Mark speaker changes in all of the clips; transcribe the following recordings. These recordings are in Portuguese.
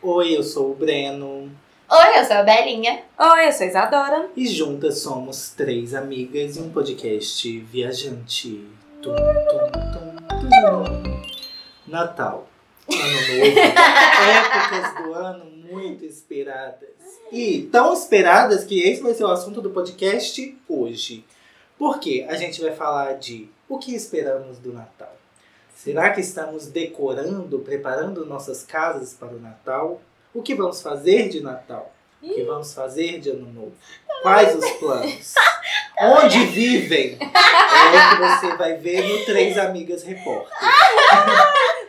Speaker 1: Oi, eu sou o Breno.
Speaker 2: Oi, eu sou a Belinha.
Speaker 3: Oi, eu sou a Isadora.
Speaker 1: E juntas somos três amigas e um podcast viajante. Tum, tum, tum, tum. Natal, Ano Novo, épocas do ano muito esperadas. E tão esperadas que esse vai ser o assunto do podcast hoje. Porque a gente vai falar de o que esperamos do Natal. Será que estamos decorando, preparando nossas casas para o Natal? O que vamos fazer de Natal? O que vamos fazer de Ano Novo? Quais os planos? Onde vivem? É o que você vai ver no Três Amigas Repórter.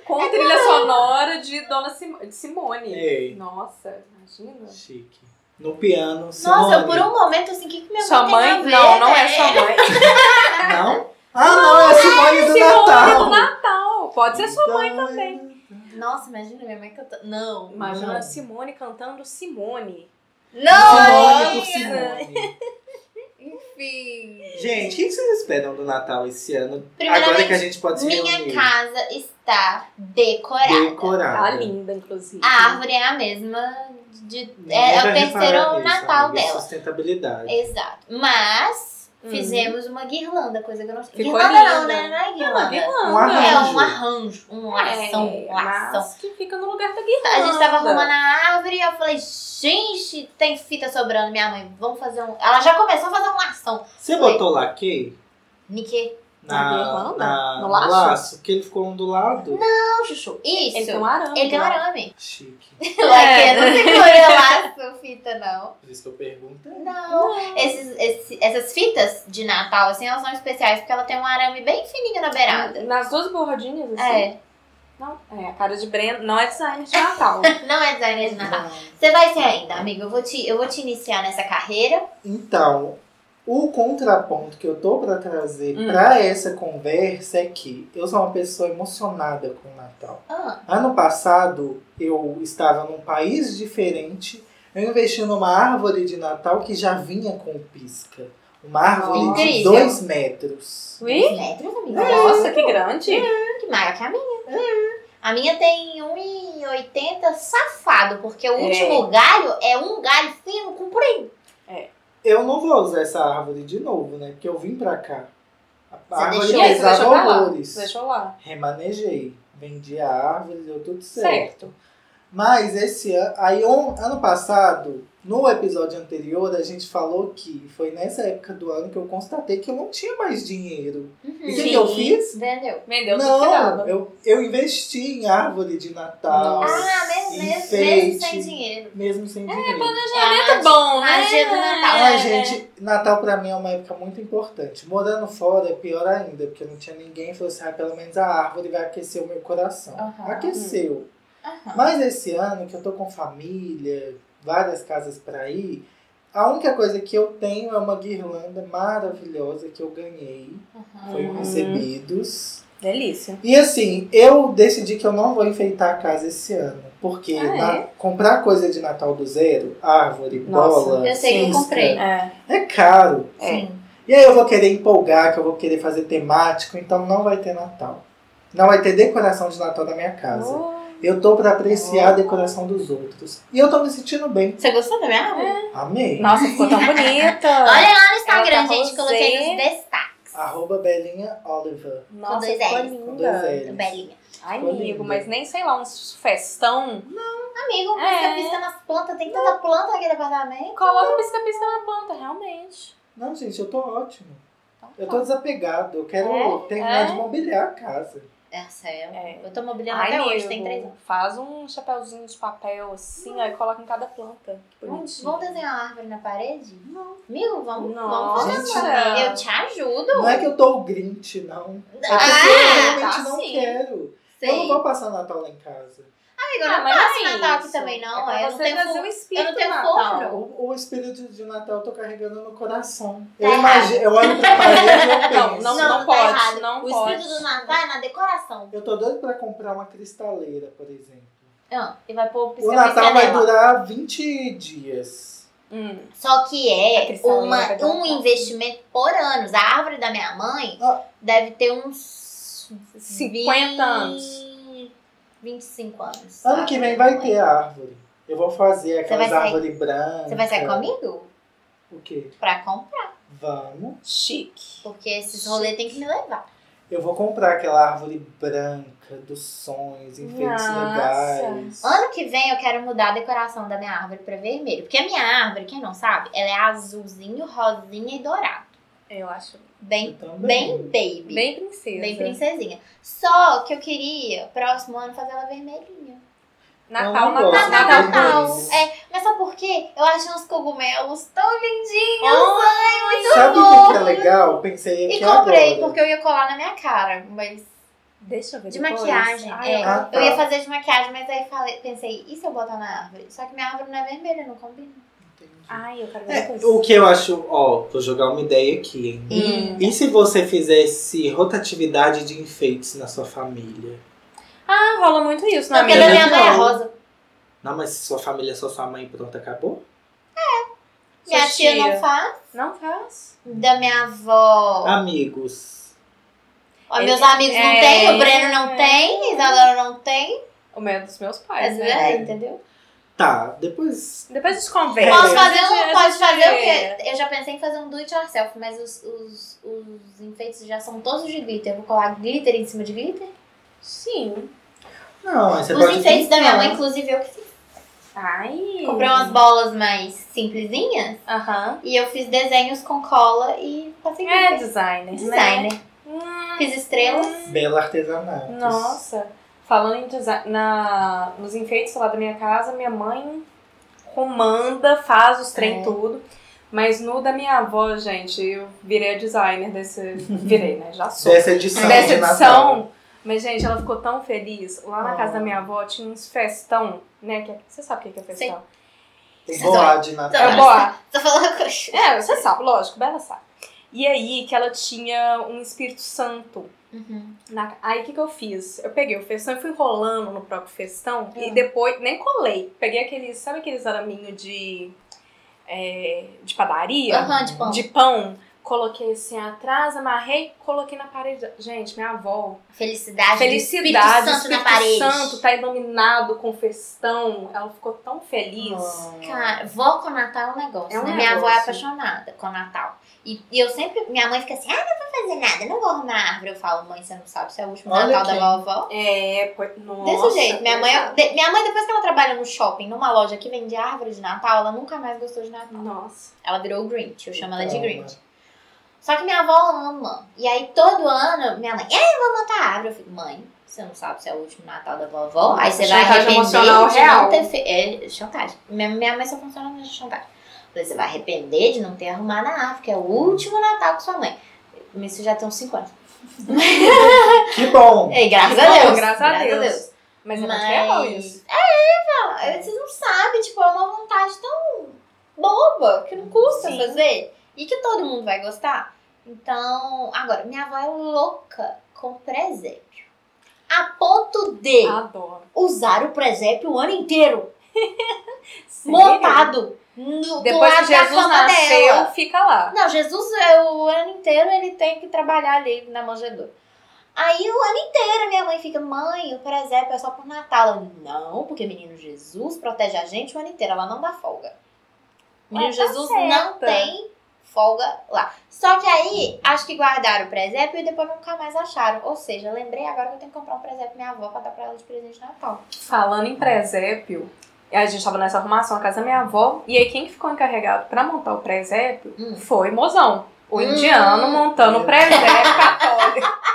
Speaker 3: Com É trilha sonora de Dona Sim- de Simone.
Speaker 1: Ei.
Speaker 3: Nossa, imagina.
Speaker 1: Chique. No piano, Simone.
Speaker 2: Nossa, por um momento assim, o que, que minha
Speaker 3: Sua
Speaker 2: mãe tem a
Speaker 3: mãe?
Speaker 2: ver,
Speaker 3: Não, não é
Speaker 2: né?
Speaker 3: sua mãe.
Speaker 1: Não? Ah, não, é a Simone do
Speaker 3: Simone
Speaker 1: Natal.
Speaker 3: do Natal. Pode ser sua mãe
Speaker 1: Então,
Speaker 3: também.
Speaker 2: Nossa, imagina minha mãe cantando. Não.
Speaker 3: Imagina
Speaker 1: Não.
Speaker 3: a Simone cantando Simone.
Speaker 2: Não!
Speaker 1: é Simone por Simone.
Speaker 2: Enfim.
Speaker 1: Gente, o que vocês esperam do Natal esse ano?
Speaker 2: Primeiramente,
Speaker 1: Agora que a gente pode se
Speaker 2: Minha
Speaker 1: reunir.
Speaker 2: casa está decorada.
Speaker 3: Tá
Speaker 1: Decorada.
Speaker 3: linda, inclusive.
Speaker 2: A árvore é a mesma. de-
Speaker 1: Ninguém
Speaker 2: é é
Speaker 1: vai
Speaker 2: o terceiro
Speaker 1: reparar nisso,
Speaker 2: Natal
Speaker 1: amiga. é
Speaker 2: dela. É,
Speaker 1: Sustentabilidade.
Speaker 2: Exato. Mas
Speaker 3: Uhum.
Speaker 2: fizemos uma guirlanda, coisa que eu não sei.
Speaker 3: Ficou
Speaker 2: Guirlanda não,
Speaker 3: linda.
Speaker 2: né? Não é
Speaker 3: É uma
Speaker 2: guirlanda.
Speaker 3: guirlanda.
Speaker 2: É
Speaker 1: Arranjo.
Speaker 2: um arranjo, um lação,
Speaker 3: É,
Speaker 2: um lação.
Speaker 3: mas que fica no lugar da guirlanda.
Speaker 2: A gente tava arrumando a árvore e eu falei, gente, tem fita sobrando, minha mãe, vamos fazer um. Ela já começou a fazer um lação.
Speaker 1: Você botou laque
Speaker 2: Nique,
Speaker 3: Na
Speaker 1: na,
Speaker 3: guirlanda?
Speaker 1: na,
Speaker 3: No laço?
Speaker 1: que ele ficou um ondulado.
Speaker 2: não, Chuchu. Isso.
Speaker 3: Ele tem um arame.
Speaker 2: Ele tem É. um arame.
Speaker 1: Chique.
Speaker 2: Laque, não segura laço, fita, não.
Speaker 1: Por isso que eu pergunto.
Speaker 2: Não. Esses, esse- essas fitas de Natal, assim, elas são especiais porque ela tem um arame bem fininho na beirada.
Speaker 3: Nas duas bordinhas, assim?
Speaker 2: É.
Speaker 3: Não, é, a cara de Breno não é design de Natal.
Speaker 2: Não é designer de Natal. Você vai ser ainda, amigo. Eu vou te, eu vou te iniciar nessa carreira.
Speaker 1: Então, o contraponto que eu tô pra trazer
Speaker 3: Hum.
Speaker 1: pra essa conversa é que eu sou uma pessoa emocionada com o Natal.
Speaker 2: Ah,
Speaker 1: Ano passado eu estava num país diferente, eu investi numa árvore de Natal que já vinha com o pisca. Uma árvore de
Speaker 2: Incrível.
Speaker 1: dois metros.
Speaker 3: Ui?
Speaker 2: metros, amigo.
Speaker 3: Nossa, que grande.
Speaker 2: que maior que a minha. A minha tem 1,80 safado, porque o
Speaker 3: É.
Speaker 2: último galho é um galho fino, comprido.
Speaker 1: Eu não vou usar essa árvore de novo, né? Porque eu vim pra cá. A árvore é
Speaker 2: deixou-
Speaker 3: E aí, você
Speaker 1: pesava
Speaker 3: deixou pra lá?
Speaker 1: horrores.
Speaker 3: Você deixou lá.
Speaker 1: Remanejei. Vendi a árvore, deu tudo
Speaker 3: Certo.
Speaker 1: Mas esse ano, aí on- ano passado, no episódio anterior, a gente falou que foi nessa época do ano que eu constatei que eu não tinha mais dinheiro. E o que,
Speaker 3: Sim.
Speaker 1: que eu fiz?
Speaker 2: Vendeu.
Speaker 3: Vendeu tudo que
Speaker 1: não,
Speaker 3: dava.
Speaker 1: eu, eu investi em árvore de Natal.
Speaker 3: Nossa.
Speaker 2: Ah, mesmo, mesmo, mesmo
Speaker 1: Enfeite.
Speaker 2: sem dinheiro.
Speaker 1: Mesmo sem dinheiro.
Speaker 2: É,
Speaker 3: Muito bom, né?
Speaker 2: magia do Natal.
Speaker 1: Ai, gente, Natal pra mim é uma época muito importante. Morando fora é pior ainda, porque não tinha ninguém. Falou assim, ah, pelo menos a árvore vai aquecer o meu coração.
Speaker 2: Aham.
Speaker 1: Aqueceu.
Speaker 2: Ah, Aham.
Speaker 1: Mas esse ano, que eu tô com família, várias casas pra ir, a única coisa que eu tenho é uma guirlanda maravilhosa que eu ganhei.
Speaker 2: Aham.
Speaker 1: Foi um
Speaker 3: Uhum.
Speaker 1: recebidos.
Speaker 3: Delícia.
Speaker 1: E assim, eu decidi que eu não vou enfeitar a casa esse ano. Porque
Speaker 3: Ah,
Speaker 1: na-
Speaker 2: é?
Speaker 1: comprar coisa de Natal do zero, árvore,
Speaker 3: Nossa,
Speaker 1: bola,
Speaker 2: eu sei que eu
Speaker 1: cisca,
Speaker 2: comprei. né?
Speaker 3: É.
Speaker 1: É caro.
Speaker 2: Sim.
Speaker 1: E aí eu vou querer empolgar, que eu vou querer fazer temático, então não vai ter Natal. Não vai ter decoração de Natal na minha casa. Eu tô pra apreciar a decoração dos outros. E eu tô me sentindo bem.
Speaker 2: Você gostou da minha árvore?
Speaker 1: Amei.
Speaker 3: Nossa, ficou tão bonita.
Speaker 2: Olha lá no Instagram,
Speaker 3: Ela tá
Speaker 2: gente. Coloquei
Speaker 3: rosé.
Speaker 2: nos destaques.
Speaker 1: Arroba Belinha Oliver.
Speaker 3: Nossa,
Speaker 2: dois
Speaker 3: ficou
Speaker 2: L's.
Speaker 1: Com dois
Speaker 3: linda.
Speaker 1: L's.
Speaker 2: Belinha.
Speaker 3: Ai,
Speaker 1: Ficou linda.
Speaker 3: amigo, mas nem sei lá, uns festão.
Speaker 2: Amigo, mas
Speaker 3: É.
Speaker 2: é. pista nas plantas. Tem tanta planta naquele apartamento.
Speaker 3: Coloca pisca-pisca na planta, realmente.
Speaker 1: Não, gente, eu tô ótimo.
Speaker 3: Então
Speaker 1: Eu
Speaker 3: tá.
Speaker 1: tô desapegado. Eu quero
Speaker 3: É?
Speaker 1: terminar
Speaker 3: É?
Speaker 1: de mobiliar a casa.
Speaker 2: Essa é.
Speaker 3: É.
Speaker 2: Eu tô mobiliando
Speaker 3: Ai,
Speaker 2: até
Speaker 3: amigo,
Speaker 2: hoje, tem três anos.
Speaker 3: Faz um chapéuzinho de papel assim, aí coloca em cada planta. Que
Speaker 2: Vamos,
Speaker 3: bonitinho.
Speaker 2: vamos desenhar uma árvore na parede? Não. Amigo, vamos, vamos
Speaker 3: Nossa.
Speaker 2: fazer um uma. Eu te ajudo.
Speaker 1: Não é que eu tô o Grinch, não. É porque
Speaker 2: Ah,
Speaker 1: eu realmente
Speaker 2: tá
Speaker 1: não
Speaker 2: sim.
Speaker 1: quero.
Speaker 2: Sei.
Speaker 1: Eu não vou passar Natal lá em casa.
Speaker 2: Amigo, eu
Speaker 3: Ah,
Speaker 2: não
Speaker 3: mas
Speaker 2: passo
Speaker 3: é
Speaker 2: Natal aqui
Speaker 3: isso.
Speaker 2: também, não.
Speaker 3: É
Speaker 2: eu
Speaker 3: pra
Speaker 2: não
Speaker 3: você
Speaker 2: tenho
Speaker 3: trazer
Speaker 2: fo-
Speaker 3: o espírito
Speaker 2: eu não tenho
Speaker 3: Natal.
Speaker 2: forno.
Speaker 1: O, o espírito de Natal eu tô carregando no coração.
Speaker 2: Tá
Speaker 1: eu imagino, eu olho pra parede e eu
Speaker 3: Não,
Speaker 1: penso.
Speaker 3: não,
Speaker 2: Não,
Speaker 3: não,
Speaker 2: tá
Speaker 3: pode,
Speaker 2: errado.
Speaker 3: não
Speaker 2: O
Speaker 3: pode.
Speaker 2: espírito do Natal é na decoração.
Speaker 1: Eu tô doido pra comprar uma cristaleira, por exemplo.
Speaker 2: Ah, e vai pôr o
Speaker 1: O
Speaker 2: pisca
Speaker 1: Natal vai
Speaker 2: nela.
Speaker 1: durar 20 dias.
Speaker 3: Hum.
Speaker 2: Só que
Speaker 3: A
Speaker 2: é
Speaker 3: cristaleira vai
Speaker 2: uma,
Speaker 3: durar
Speaker 2: um
Speaker 3: quatro.
Speaker 2: investimento por anos. A árvore da minha mãe
Speaker 1: Ah.
Speaker 2: deve ter uns
Speaker 3: 50 anos.
Speaker 2: 25 anos.
Speaker 1: Ano que vem vai ter a árvore. Eu vou fazer aquelas
Speaker 2: vai sair-
Speaker 1: árvores brancas.
Speaker 2: Você vai sair comigo?
Speaker 1: O quê?
Speaker 2: Pra comprar.
Speaker 1: Vamos.
Speaker 3: Chique.
Speaker 2: Porque esses rolês tem que me levar.
Speaker 1: Eu vou comprar aquela árvore branca dos sonhos, enfeites
Speaker 3: Nossa.
Speaker 1: legais.
Speaker 2: Ano que vem eu quero mudar a decoração da minha árvore pra vermelho. Porque a minha árvore, quem não sabe, ela é azulzinho, rosinha e dourado.
Speaker 3: Eu acho
Speaker 1: Eu
Speaker 2: Bem,
Speaker 1: também.
Speaker 2: bem baby.
Speaker 3: bem princesa.
Speaker 2: Bem princesinha. Só que eu queria, próximo ano, fazer ela vermelhinha.
Speaker 3: Natal,
Speaker 1: Eu não
Speaker 3: Natal,
Speaker 1: gosto.
Speaker 3: Natal.
Speaker 1: Natal.
Speaker 3: Natal.
Speaker 2: É, mas só porque eu acho uns cogumelos tão lindinhos.
Speaker 1: Sabe o que que é legal? Pensei aqui
Speaker 2: E comprei,
Speaker 1: agora.
Speaker 2: porque eu ia colar na minha cara. Mas
Speaker 3: Deixa eu ver.
Speaker 2: de
Speaker 3: depois.
Speaker 2: maquiagem.
Speaker 3: Ai,
Speaker 2: é.
Speaker 3: eu-
Speaker 1: Ah, tá.
Speaker 2: Eu ia fazer de maquiagem, mas aí falei, pensei, e se eu botar na árvore? Só que minha árvore não é vermelha, não combina.
Speaker 3: Ai, eu quero ver
Speaker 1: É,
Speaker 3: depois.
Speaker 1: o que eu acho, ó, vou jogar uma ideia aqui, hein?
Speaker 3: Hum.
Speaker 1: E se você fizesse rotatividade de enfeites na sua família?
Speaker 3: Ah, rola muito isso na
Speaker 2: Porque
Speaker 1: minha
Speaker 2: da
Speaker 3: minha.
Speaker 2: minha mãe
Speaker 1: não.
Speaker 2: é rosa.
Speaker 1: Não, mas se sua família é só sua mãe, pronto, acabou?
Speaker 2: Minha
Speaker 3: Sua
Speaker 2: tia não faz.
Speaker 3: Não faz.
Speaker 2: Da minha avó.
Speaker 1: Amigos.
Speaker 2: Ó,
Speaker 3: Ah, Ele-
Speaker 2: meus amigos não
Speaker 3: é,
Speaker 2: têm, o Breno
Speaker 3: é.
Speaker 2: não tem, a Isadora não tem.
Speaker 3: O medo dos meus pais,
Speaker 2: Mas,
Speaker 3: né?
Speaker 2: é, entendeu?
Speaker 1: Tá, depois.
Speaker 3: Depois a gente conversa.
Speaker 2: Posso fazer
Speaker 3: A
Speaker 2: um,
Speaker 3: gente-
Speaker 2: pode fazer
Speaker 3: a
Speaker 2: o
Speaker 3: gente-
Speaker 2: quê? Eu já pensei em fazer um do it yourself, mas os, os, os enfeites já são todos de glitter. Eu vou colar glitter em cima de glitter.
Speaker 3: Sim.
Speaker 1: Não, aí você
Speaker 2: os
Speaker 1: pode.
Speaker 2: enfeites da minha
Speaker 1: pintar.
Speaker 2: mãe, inclusive, eu que fiz.
Speaker 3: Ai.
Speaker 2: comprei umas bolas mais simplesinhas
Speaker 3: Aham.
Speaker 2: e eu fiz desenhos com cola e passei
Speaker 3: É
Speaker 2: glitter.
Speaker 3: designer. né?
Speaker 2: Designer.
Speaker 3: Hum,
Speaker 2: Fiz estrelas.
Speaker 1: Bela artesanato.
Speaker 3: Nossa. Falando em design, na, nos enfeites lá da minha casa, minha mãe comanda, faz os trem
Speaker 2: É.
Speaker 3: tudo. Mas no da minha avó, gente, eu virei a designer desse. Virei, né? Já sou.
Speaker 1: Dessa edição.
Speaker 3: dessa
Speaker 1: é de Natal.
Speaker 3: edição. Mas, gente, ela ficou tão feliz. Lá na
Speaker 1: Oh.
Speaker 3: casa da minha avó tinha uns festão, né? Que é- você sabe o que que é festão?
Speaker 1: Tem boá de Natal.
Speaker 3: É
Speaker 2: Adoro.
Speaker 3: boa.
Speaker 2: Só falando coisa.
Speaker 3: É, você sabe, lógico, Bela sabe. E aí que ela tinha um Espírito Santo.
Speaker 2: Uhum.
Speaker 3: Na- Aí o que, que eu fiz? Eu peguei o festão e fui enrolando no próprio festão e
Speaker 2: Ah.
Speaker 3: depois nem colei. Peguei aqueles, sabe aqueles araminho de, é, de padaria?
Speaker 2: Aham, tipo, de pão.
Speaker 3: De pão. Coloquei assim atrás, amarrei, coloquei na parede. Gente, minha avó.
Speaker 2: Felicidade.
Speaker 3: Felicidade,
Speaker 2: do Espírito Santo na parede.
Speaker 3: Santo tá iluminado com festão. Ela ficou tão feliz.
Speaker 2: Cara, vó com Natal é um negócio,
Speaker 3: É um
Speaker 2: né? Minha avó é
Speaker 3: negócio.
Speaker 2: apaixonada com Natal. E, e eu sempre, minha mãe fica assim, ah, não vou fazer nada, não vou arrumar a árvore. Eu falo, mãe, você não sabe se é o último
Speaker 1: Olha
Speaker 2: Natal
Speaker 1: quem.
Speaker 2: da vovó.
Speaker 3: É, pois, nossa.
Speaker 2: Desse jeito, minha mãe, é
Speaker 3: verdade.
Speaker 2: de- minha mãe, depois que ela trabalha no shopping, numa loja que vende árvore de Natal, ela nunca mais gostou de Natal.
Speaker 3: Nossa.
Speaker 2: Ela virou Grinch, eu chamo ela de
Speaker 3: Então,
Speaker 1: Calma.
Speaker 3: né?
Speaker 2: Grinch. Só que minha avó ama. E aí todo ano, minha mãe, é, eu vou montar a árvore. Eu fico, mãe, você não sabe se é o último Natal da vovó. Aí você vai
Speaker 3: é Chantagem
Speaker 2: arrepender
Speaker 3: emocional
Speaker 2: de
Speaker 3: real.
Speaker 2: não ter feito. É, chantagem. Minha, minha mãe só funciona na chantagem. Eu falei, Você vai arrepender de não ter arrumado a árvore, que é o último Natal com sua mãe. Isso já tem uns 5 anos.
Speaker 1: Que bom.
Speaker 2: É, graças a
Speaker 3: Bom,
Speaker 2: Deus.
Speaker 3: graças a Deus. Mas é muito real isso.
Speaker 2: É, não, vocês não sabem, tipo, é uma vontade tão boba que não custa
Speaker 3: Sim.
Speaker 2: fazer e que todo mundo vai gostar. Então, agora, minha avó é louca com presépio. A ponto de
Speaker 3: Adoro.
Speaker 2: usar o presépio o ano inteiro,
Speaker 3: Sério?
Speaker 2: montado no, do
Speaker 3: Depois que
Speaker 2: lado da
Speaker 3: Jesus
Speaker 2: cama
Speaker 3: nasceu,
Speaker 2: dela.
Speaker 3: fica lá.
Speaker 2: Não, Jesus é o ano inteiro ele tem que trabalhar ali na manjedoura. Aí o ano inteiro minha mãe fica, mãe, o presépio é só por Natal. Eu, não, porque menino Jesus protege a gente o ano inteiro, ela não dá folga. Menino
Speaker 3: Ué, tá
Speaker 2: Jesus
Speaker 3: certa.
Speaker 2: não tem folga lá. Só que aí, acho que guardaram o presépio e depois nunca mais acharam. Ou seja, lembrei agora que eu tenho que comprar um presépio pra minha avó pra dar pra ela de presente de Natal.
Speaker 3: Falando em presépio, a gente tava nessa arrumação na casa da minha avó, e aí quem que ficou encarregado pra montar o presépio
Speaker 2: Hum.
Speaker 3: foi Mozão, o
Speaker 2: Hum.
Speaker 3: indiano montando o
Speaker 1: Meu
Speaker 3: presépio católico.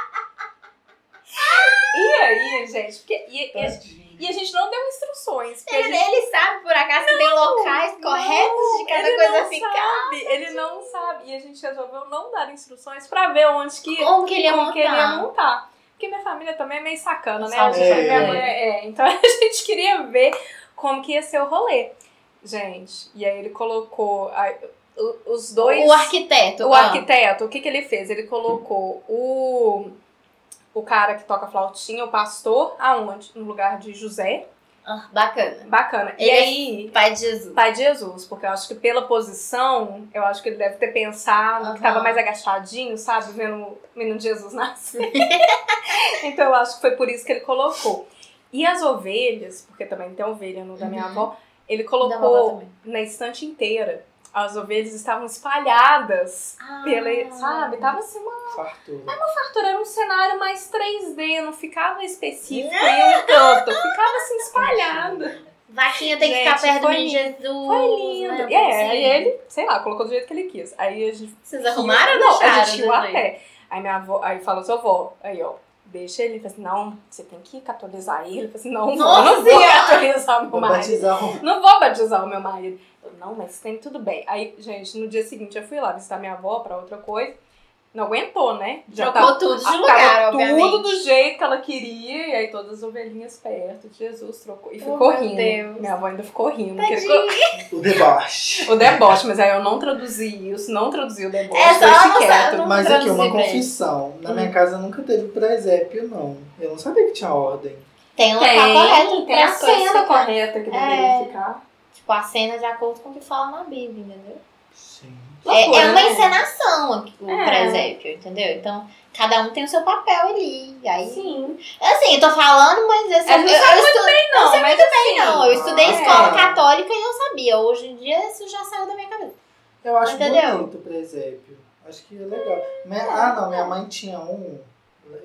Speaker 3: e aí, gente, porque, e,
Speaker 2: É,
Speaker 3: e a gente-
Speaker 1: Tadinho.
Speaker 3: e a gente não deu instruções, porque a
Speaker 2: Ele,
Speaker 3: gente
Speaker 2: sabe, por acaso, que tem locais corretos de cada
Speaker 3: ele
Speaker 2: coisa
Speaker 3: não
Speaker 2: ficar.
Speaker 3: sabe, ele não sabe, e a gente resolveu não dar instruções pra ver onde que
Speaker 2: Como que ele ia
Speaker 3: como que ele ia
Speaker 2: montar?
Speaker 3: montar. Porque minha família também é meio sacana, né?
Speaker 2: Só
Speaker 3: A gente,
Speaker 1: é.
Speaker 3: minha mãe é- é. Então a gente queria ver como que ia ser o rolê. Gente, e aí ele colocou a- o- os dois.
Speaker 2: O arquiteto.
Speaker 3: o
Speaker 2: ah.
Speaker 3: arquiteto, o que, que ele fez? Ele colocou o, o cara que toca flautinha, o pastor, aonde? No lugar de José.
Speaker 2: Ah, bacana.
Speaker 3: Bacana. E
Speaker 2: Ele é-
Speaker 3: aí.
Speaker 2: Pai de Jesus.
Speaker 3: Pai de Jesus, porque eu acho que pela posição, eu acho que ele deve ter pensado que
Speaker 2: Aham.
Speaker 3: tava mais agachadinho, sabe? Vendo o menino Jesus nascer. então eu acho que foi por isso que ele colocou. E as ovelhas, porque também tem ovelha no da minha
Speaker 2: Uhum.
Speaker 3: avó, ele
Speaker 2: Da vovó
Speaker 3: colocou
Speaker 2: também.
Speaker 3: na estante inteira. As ovelhas estavam espalhadas Ah,
Speaker 2: Ah.
Speaker 3: pela, sabe? Tava assim, uma
Speaker 1: Fartura.
Speaker 3: fartura, era um cenário mais 3D, não ficava específico em um canto, ficava assim espalhada.
Speaker 2: Vaquinha tem que
Speaker 3: Gente,
Speaker 2: ficar perto do
Speaker 3: foi
Speaker 2: menino Jesus.
Speaker 3: Foi lindo.
Speaker 2: né?
Speaker 3: E é,
Speaker 2: Assim.
Speaker 3: aí ele, sei lá, colocou do jeito que ele quis. Aí a gente
Speaker 2: Vocês arrumaram ou
Speaker 3: Não,
Speaker 2: deixaram?
Speaker 3: a gente riu a
Speaker 2: né,
Speaker 3: pé. Aí minha avó, aí falou, sua avó, aí ó, deixa ele. Falei assim, não, você tem que catolizar ele. Falei assim, não, vó,
Speaker 2: Nossa
Speaker 3: não vou
Speaker 2: Senhora!
Speaker 3: catolizar meu
Speaker 1: Vou
Speaker 3: marido.
Speaker 1: batizar um.
Speaker 3: Não vou batizar o meu marido. Eu, não, mas tem tudo bem. Aí, gente, no dia seguinte eu fui lá visitar minha avó pra outra coisa. Não aguentou, né? Já
Speaker 2: Jogou
Speaker 3: tava,
Speaker 2: tudo de
Speaker 3: tava
Speaker 2: lugar, obviamente.
Speaker 3: tudo do jeito que ela queria. E aí todas as ovelhinhas perto, Jesus trocou. E
Speaker 2: Oh,
Speaker 3: ficou
Speaker 2: meu
Speaker 3: rindo.
Speaker 2: Deus.
Speaker 3: Minha avó ainda ficou rindo. porque
Speaker 2: Tadinho.
Speaker 1: O deboche.
Speaker 3: O deboche, mas aí eu não traduzi isso, não traduzi o deboche.
Speaker 2: É, só
Speaker 3: deixei
Speaker 2: ela não
Speaker 3: quieto.
Speaker 2: sabe, não-
Speaker 1: Mas aqui, uma
Speaker 2: traduzir pra ele.
Speaker 1: confissão. Na
Speaker 2: Hum.
Speaker 1: minha casa nunca teve presépio, não. Eu não sabia que tinha ordem.
Speaker 2: Tem um
Speaker 3: Tem,
Speaker 2: local correto
Speaker 3: é. tem
Speaker 2: pra
Speaker 3: a cena
Speaker 2: cena.
Speaker 3: correta que
Speaker 2: É.
Speaker 3: deveria ficar.
Speaker 2: Tipo, a cena de acordo com o que fala na Bíblia, entendeu?
Speaker 1: Sim.
Speaker 2: É,
Speaker 3: Loucura,
Speaker 2: é uma
Speaker 3: né?
Speaker 2: encenação aqui, o
Speaker 3: É.
Speaker 2: presépio, entendeu? Então, cada um tem o seu papel ali. Aí,
Speaker 3: Sim.
Speaker 2: assim, eu tô falando, mas assim,
Speaker 3: É,
Speaker 2: eu,
Speaker 3: não
Speaker 2: eu
Speaker 3: sabe
Speaker 2: estu-
Speaker 3: Não, mas assim,
Speaker 2: não, eu estudei
Speaker 1: Ah,
Speaker 2: escola
Speaker 1: é.
Speaker 2: católica e eu sabia. Hoje em dia, isso já saiu da minha cabeça.
Speaker 1: Eu acho
Speaker 2: Entendeu?
Speaker 1: bonito o presépio. Acho que é legal. Minha- ah, não, minha mãe tinha um.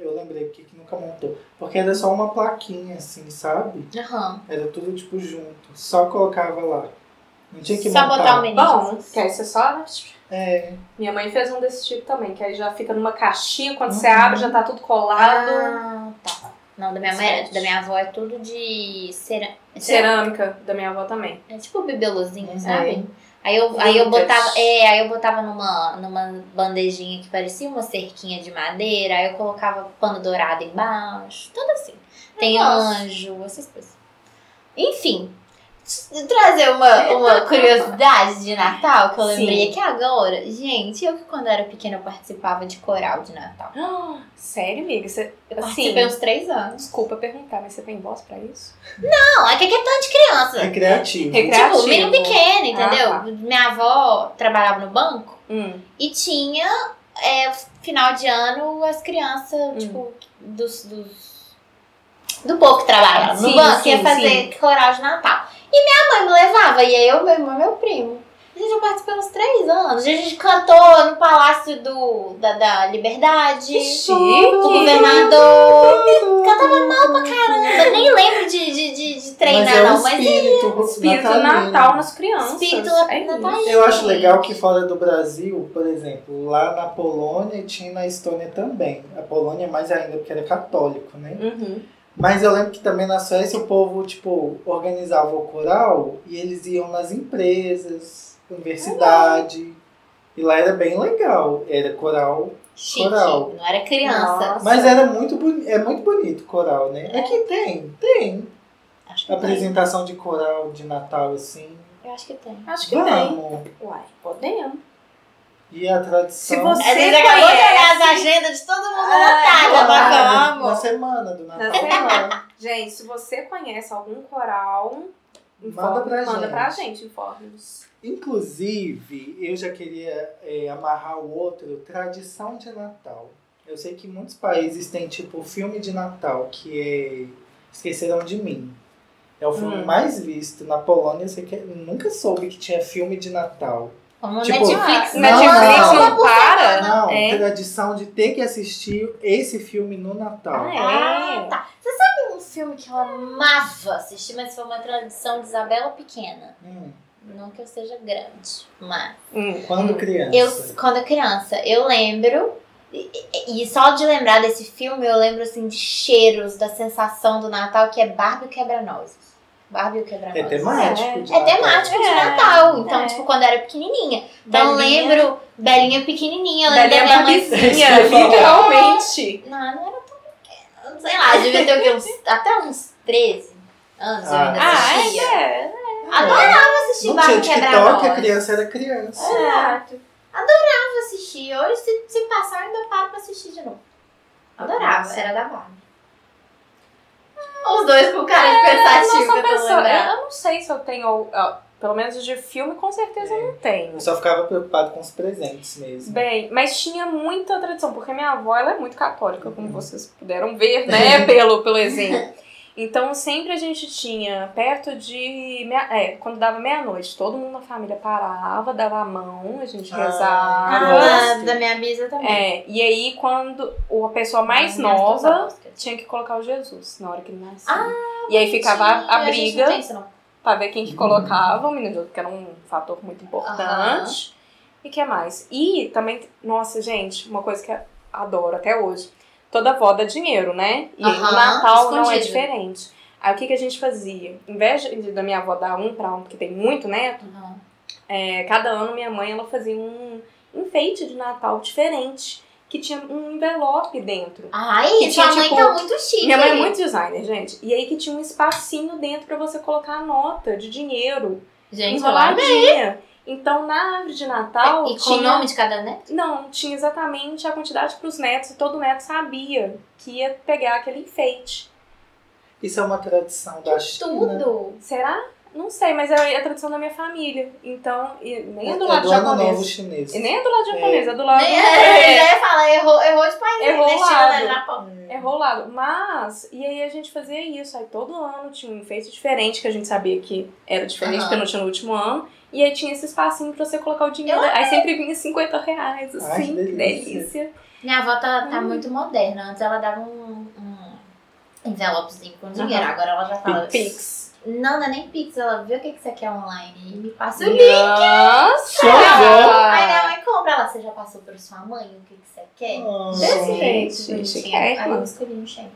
Speaker 1: Eu lembrei porque que nunca montou. Porque era só uma plaquinha, assim, sabe?
Speaker 2: Aham.
Speaker 1: Era tudo, tipo, junto. Só colocava lá. Não tinha que
Speaker 2: Só
Speaker 1: montar.
Speaker 2: botar o menino.
Speaker 3: Bom, que aí você só.
Speaker 1: É.
Speaker 3: Minha mãe fez um desse tipo também, que aí já fica numa caixinha, quando você
Speaker 1: Uhum.
Speaker 3: abre já tá tudo colado.
Speaker 2: Ah, tá. Não, da minha mãe, era- da minha avó é tudo de cera...
Speaker 3: é. Cerâmica da minha avó também.
Speaker 2: É tipo bibelozinho,
Speaker 1: Uhum.
Speaker 2: sabe? Aí eu, aí eu
Speaker 3: Muitas.
Speaker 2: botava, é, aí eu botava numa, numa bandejinha que parecia uma cerquinha de madeira, aí eu colocava pano dourado embaixo, tudo assim. Tem
Speaker 3: gosto.
Speaker 2: anjo, essas coisas. Enfim, t- trazer uma, uma curiosidade de Natal que eu lembrei
Speaker 3: Sim.
Speaker 2: aqui agora. Gente, eu que quando era pequena eu participava de coral de Natal.
Speaker 3: Ah, Sério, amiga? Você...
Speaker 2: Eu
Speaker 3: Assim,
Speaker 2: participei uns três anos.
Speaker 3: desculpa perguntar, mas você tem voz pra isso?
Speaker 2: Não, é que aqui é tanto de criança.
Speaker 1: Recreativo.
Speaker 3: Recre-
Speaker 2: Tipo,
Speaker 3: Criativo.
Speaker 2: menino pequeno, entendeu?
Speaker 3: Ah, tá.
Speaker 2: Minha avó trabalhava no banco.
Speaker 3: Hum.
Speaker 2: E tinha, é, final de ano, as crianças,
Speaker 3: Hum.
Speaker 2: tipo, dos, dos- Do povo que trabalhava no
Speaker 3: Sim,
Speaker 2: banco,
Speaker 3: sim,
Speaker 2: ia fazer
Speaker 3: sim.
Speaker 2: coral de Natal. E minha mãe me levava, e eu, meu irmão e meu primo. A gente, eu participei uns três anos. A gente cantou no Palácio do, da, da Liberdade.
Speaker 3: Que
Speaker 2: Do
Speaker 3: chique!
Speaker 2: governador. Cantava mal pra caramba. Nem lembro de, de, de, de treinar,
Speaker 1: mas é
Speaker 2: né, não.
Speaker 1: um
Speaker 2: Mas
Speaker 1: espírito,
Speaker 3: Espírito
Speaker 1: natalino.
Speaker 3: Natal
Speaker 2: né?
Speaker 3: nas crianças.
Speaker 2: Espírito
Speaker 3: é isso.
Speaker 2: natalino.
Speaker 1: Eu acho legal que fora do Brasil, por exemplo, lá na Polônia e tinha na Estônia também. A Polônia é mais ainda, porque era católico, né?
Speaker 3: Uhum.
Speaker 1: Mas eu lembro que também na Suécia o povo, tipo, organizava o coral e eles iam nas empresas, universidade. E lá era bem legal. Era coral.
Speaker 2: é chique.
Speaker 1: Coral.
Speaker 2: Não era criança.
Speaker 3: Nossa.
Speaker 1: Mas era muito boni é muito bonito o coral, né? Aqui tem, tem.
Speaker 2: Acho que tem.
Speaker 1: Apresentação de coral de Natal, assim.
Speaker 2: Eu acho que tem.
Speaker 3: Acho que tem.
Speaker 1: Vamos!
Speaker 3: Uai, podemos.
Speaker 1: E a tradição. é
Speaker 3: Se você-
Speaker 2: A gente
Speaker 3: Você
Speaker 2: acabou de
Speaker 3: conhece?
Speaker 2: olhar as agendas de todo mundo
Speaker 3: Ah,
Speaker 2: lotada,
Speaker 1: Ah,
Speaker 2: mas
Speaker 1: na
Speaker 2: vamos.
Speaker 1: semana do Natal.
Speaker 3: semana. Gente, se você conhece algum coral,
Speaker 1: Manda pra
Speaker 3: manda
Speaker 1: gente.
Speaker 3: pra gente, informe-nos.
Speaker 1: Inclusive, eu já queria é, amarrar o outro, tradição de Natal. Eu sei que muitos países têm, tipo, filme de Natal, que é Esqueceram de Mim. É o filme
Speaker 3: Hum.
Speaker 1: mais visto. Na Polônia, eu sei que eu nunca soube que tinha filme de Natal.
Speaker 2: Como
Speaker 1: Tipo,
Speaker 3: Ah,
Speaker 2: Netflix, é um
Speaker 1: não,
Speaker 2: Netflix
Speaker 1: não.
Speaker 2: uma por
Speaker 3: né? para.
Speaker 2: semana.
Speaker 1: Não,
Speaker 3: é.
Speaker 1: tradição de ter que assistir esse filme no Natal.
Speaker 2: Ah,
Speaker 3: é.
Speaker 2: tá. Você sabe um filme que eu amava assistir, mas foi uma tradição de Isabela Pequena.
Speaker 1: Hum,
Speaker 2: Não que eu seja grande, mas...
Speaker 3: Hum.
Speaker 1: quando criança.
Speaker 2: Eu, quando eu criança, eu lembro... E, e- e só de lembrar desse filme, eu lembro, assim, de cheiros, da sensação do Natal, que é Barbie quebra-nozes. Barbie
Speaker 1: É
Speaker 2: quebra-nozes.
Speaker 1: temático. de
Speaker 2: É
Speaker 1: Natal.
Speaker 2: temático de
Speaker 3: É,
Speaker 2: Natal. Então,
Speaker 3: é.
Speaker 2: tipo, quando eu era pequenininha. Então, eu
Speaker 3: Belinha.
Speaker 2: lembro Belinha pequenininha. Eu lembro
Speaker 3: Dali a
Speaker 2: da minha mãe.
Speaker 1: Isso que
Speaker 3: barbizinha,
Speaker 1: eu ia
Speaker 3: é literalmente.
Speaker 2: Não, eu não era tão pequena. Sei lá, devia ter o quê? Uns- até uns 13 anos eu
Speaker 1: Ah.
Speaker 2: ainda
Speaker 3: Ah,
Speaker 2: assistia.
Speaker 3: é, é.
Speaker 2: Adorava assistir
Speaker 1: Não tinha
Speaker 2: Barro
Speaker 1: TikTok, a
Speaker 2: Quebra-Nós.
Speaker 1: criança era criança.
Speaker 3: Exato.
Speaker 2: Eu assistir. Hoje, se, se passar, eu ainda paro pra assistir de novo. Adorava,
Speaker 3: Nossa.
Speaker 2: era da Barbie. Ah, Os dois com cara de pensativo,
Speaker 3: é Nossa,
Speaker 2: eu tô
Speaker 3: pessoa,
Speaker 2: lembrando.
Speaker 3: eu não sei se eu tenho, ó, pelo menos de filme, com certeza eu não tenho.
Speaker 1: Eu só ficava preocupado com os presentes mesmo.
Speaker 3: Bem, mas tinha
Speaker 2: Uhum.
Speaker 3: muita tradição, porque minha avó ela é muito católica, como vocês puderam ver, né? pelo, pelo exemplo. Então sempre a gente tinha perto de. meia- é, quando dava meia-noite, todo mundo na família parava, dava a mão, a gente
Speaker 1: Ah.
Speaker 3: rezava.
Speaker 1: Ah,
Speaker 2: A da minha bisa também.
Speaker 3: É, e aí quando o- a
Speaker 2: Ah,
Speaker 3: pessoa mais
Speaker 2: Minhas duas
Speaker 3: nova
Speaker 2: Oscars.
Speaker 3: tinha que colocar o Jesus na hora que ele nascia.
Speaker 2: Ah,
Speaker 3: e aí ficava a, a
Speaker 2: Bonitinho, gente não
Speaker 3: briga
Speaker 2: tem isso, não.
Speaker 3: pra ver
Speaker 2: Uhum.
Speaker 3: quem que colocava o menino Jesus, que era um fator muito importante. E que mais? E também, nossa, gente, uma coisa que eu adoro até hoje. Toda avó dá dinheiro, né? E aí no
Speaker 2: Aham,
Speaker 3: Natal não é
Speaker 2: escondido.
Speaker 3: diferente. Aí o que, que a gente fazia? Em vez de, da minha avó dar um pra um, porque tem muito neto,
Speaker 2: Aham.
Speaker 3: é, cada ano minha mãe ela fazia um enfeite de Natal diferente, que tinha um envelope dentro.
Speaker 2: Ai,
Speaker 3: Que
Speaker 2: sua
Speaker 3: tinha,
Speaker 2: mãe
Speaker 3: tipo,
Speaker 2: tá muito chique.
Speaker 3: Minha mãe é muito designer, gente. E aí que tinha um espacinho dentro pra você colocar a nota de dinheiro.
Speaker 2: Gente, olha.
Speaker 3: enroladinha. Então, na árvore de Natal,
Speaker 2: E com o
Speaker 3: tinha...
Speaker 2: nome de cada né?
Speaker 3: Não, tinha exatamente a quantidade pros netos. E todo neto sabia que ia pegar aquele enfeite.
Speaker 1: Isso é uma tradição da China.
Speaker 2: Tudo.
Speaker 3: Será? Não sei, mas é a tradição da minha família. Então, e nem é do
Speaker 1: É
Speaker 3: lado
Speaker 1: do ano novo
Speaker 3: japonês.
Speaker 1: chinês.
Speaker 3: E nem é do lado japonês, é do lado...
Speaker 2: Nem- Eu já ia falar, errou, errou de país.
Speaker 3: Errou
Speaker 2: né?
Speaker 3: o
Speaker 2: China,
Speaker 3: lado.
Speaker 2: né? Japão.
Speaker 3: É rolado. Mas, e aí a gente fazia isso. Aí todo ano tinha um enfeite diferente, que a gente sabia que era diferente,
Speaker 2: Aham.
Speaker 3: porque não tinha no último ano. E aí tinha esse espacinho pra você colocar o dinheiro.
Speaker 2: Eu
Speaker 3: aí sempre vinha 50 reais, assim.
Speaker 1: Ai, que
Speaker 3: que
Speaker 1: delícia.
Speaker 3: delícia.
Speaker 2: Minha avó tá, tá
Speaker 3: Hum.
Speaker 2: muito moderna. Antes ela dava um, um envelopezinho com dinheiro.
Speaker 3: Aham.
Speaker 2: Agora ela já fala.
Speaker 3: Pix.
Speaker 2: Não, não é nem Pix. Ela vê o que, que você quer online e me passa o link.
Speaker 3: Nossa!
Speaker 1: Chegou!
Speaker 3: Ah.
Speaker 2: Aí minha mãe compra. Ela, você já passou pra sua mãe o que, que você quer?
Speaker 3: Desse
Speaker 1: Ó,
Speaker 3: jeito,
Speaker 2: Gente,
Speaker 3: gente,
Speaker 2: bonitinho.
Speaker 3: que é,
Speaker 2: Aí eu
Speaker 3: irmã.
Speaker 2: escolhi um Shein.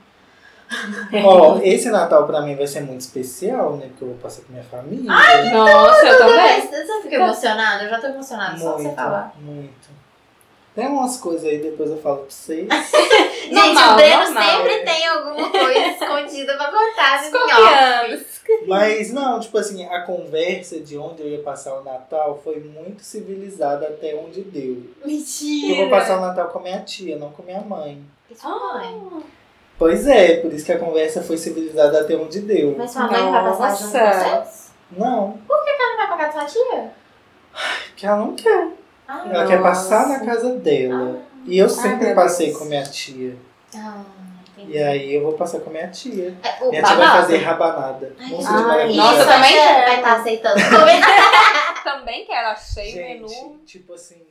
Speaker 1: Ó, esse Natal pra mim vai ser muito especial, né? Porque eu vou passar com minha família.
Speaker 3: Nossa, eu também.
Speaker 2: Mas Você fica emocionada? Eu já tô emocionada, só de você falar.
Speaker 1: muito, muito. Tem umas coisas aí, depois eu falo pra vocês.
Speaker 2: Gente,
Speaker 3: Normal,
Speaker 2: o Breno
Speaker 3: normal.
Speaker 2: sempre tem alguma coisa escondida pra contar. assim, ó.
Speaker 3: Escorpiano.
Speaker 1: Mas não, tipo assim, a conversa de onde eu ia passar o Natal foi muito civilizada até onde deu. Eu
Speaker 2: Mentira.
Speaker 1: vou passar o Natal com a minha tia, não com a minha mãe.
Speaker 2: E sua mãe?
Speaker 1: Pois é, por isso que a conversa foi civilizada até onde deu.
Speaker 2: Mas sua mãe não vai passar junto com
Speaker 3: Nossa.
Speaker 2: vocês?
Speaker 1: Não,
Speaker 2: Ela não vai pra casa da sua tia?
Speaker 1: porque ela não quer.
Speaker 2: Ah,
Speaker 1: Ela quer passar na casa dela. E eu sempre
Speaker 3: meu
Speaker 1: passei
Speaker 3: Deus.
Speaker 1: com minha tia.
Speaker 2: Ah, entendi.
Speaker 1: E aí eu vou passar com minha tia.
Speaker 2: É, o
Speaker 1: Minha tia
Speaker 2: babado.
Speaker 1: vai fazer rabanada.
Speaker 2: Ai,
Speaker 1: Moça de
Speaker 3: Ai,
Speaker 1: maravilha.
Speaker 3: nossa,
Speaker 2: isso,
Speaker 3: também
Speaker 2: vai-
Speaker 3: quero.
Speaker 2: Vai estar aceitando. Tô vendo.
Speaker 3: Também quero, achei o menu.
Speaker 1: Gente, tipo assim,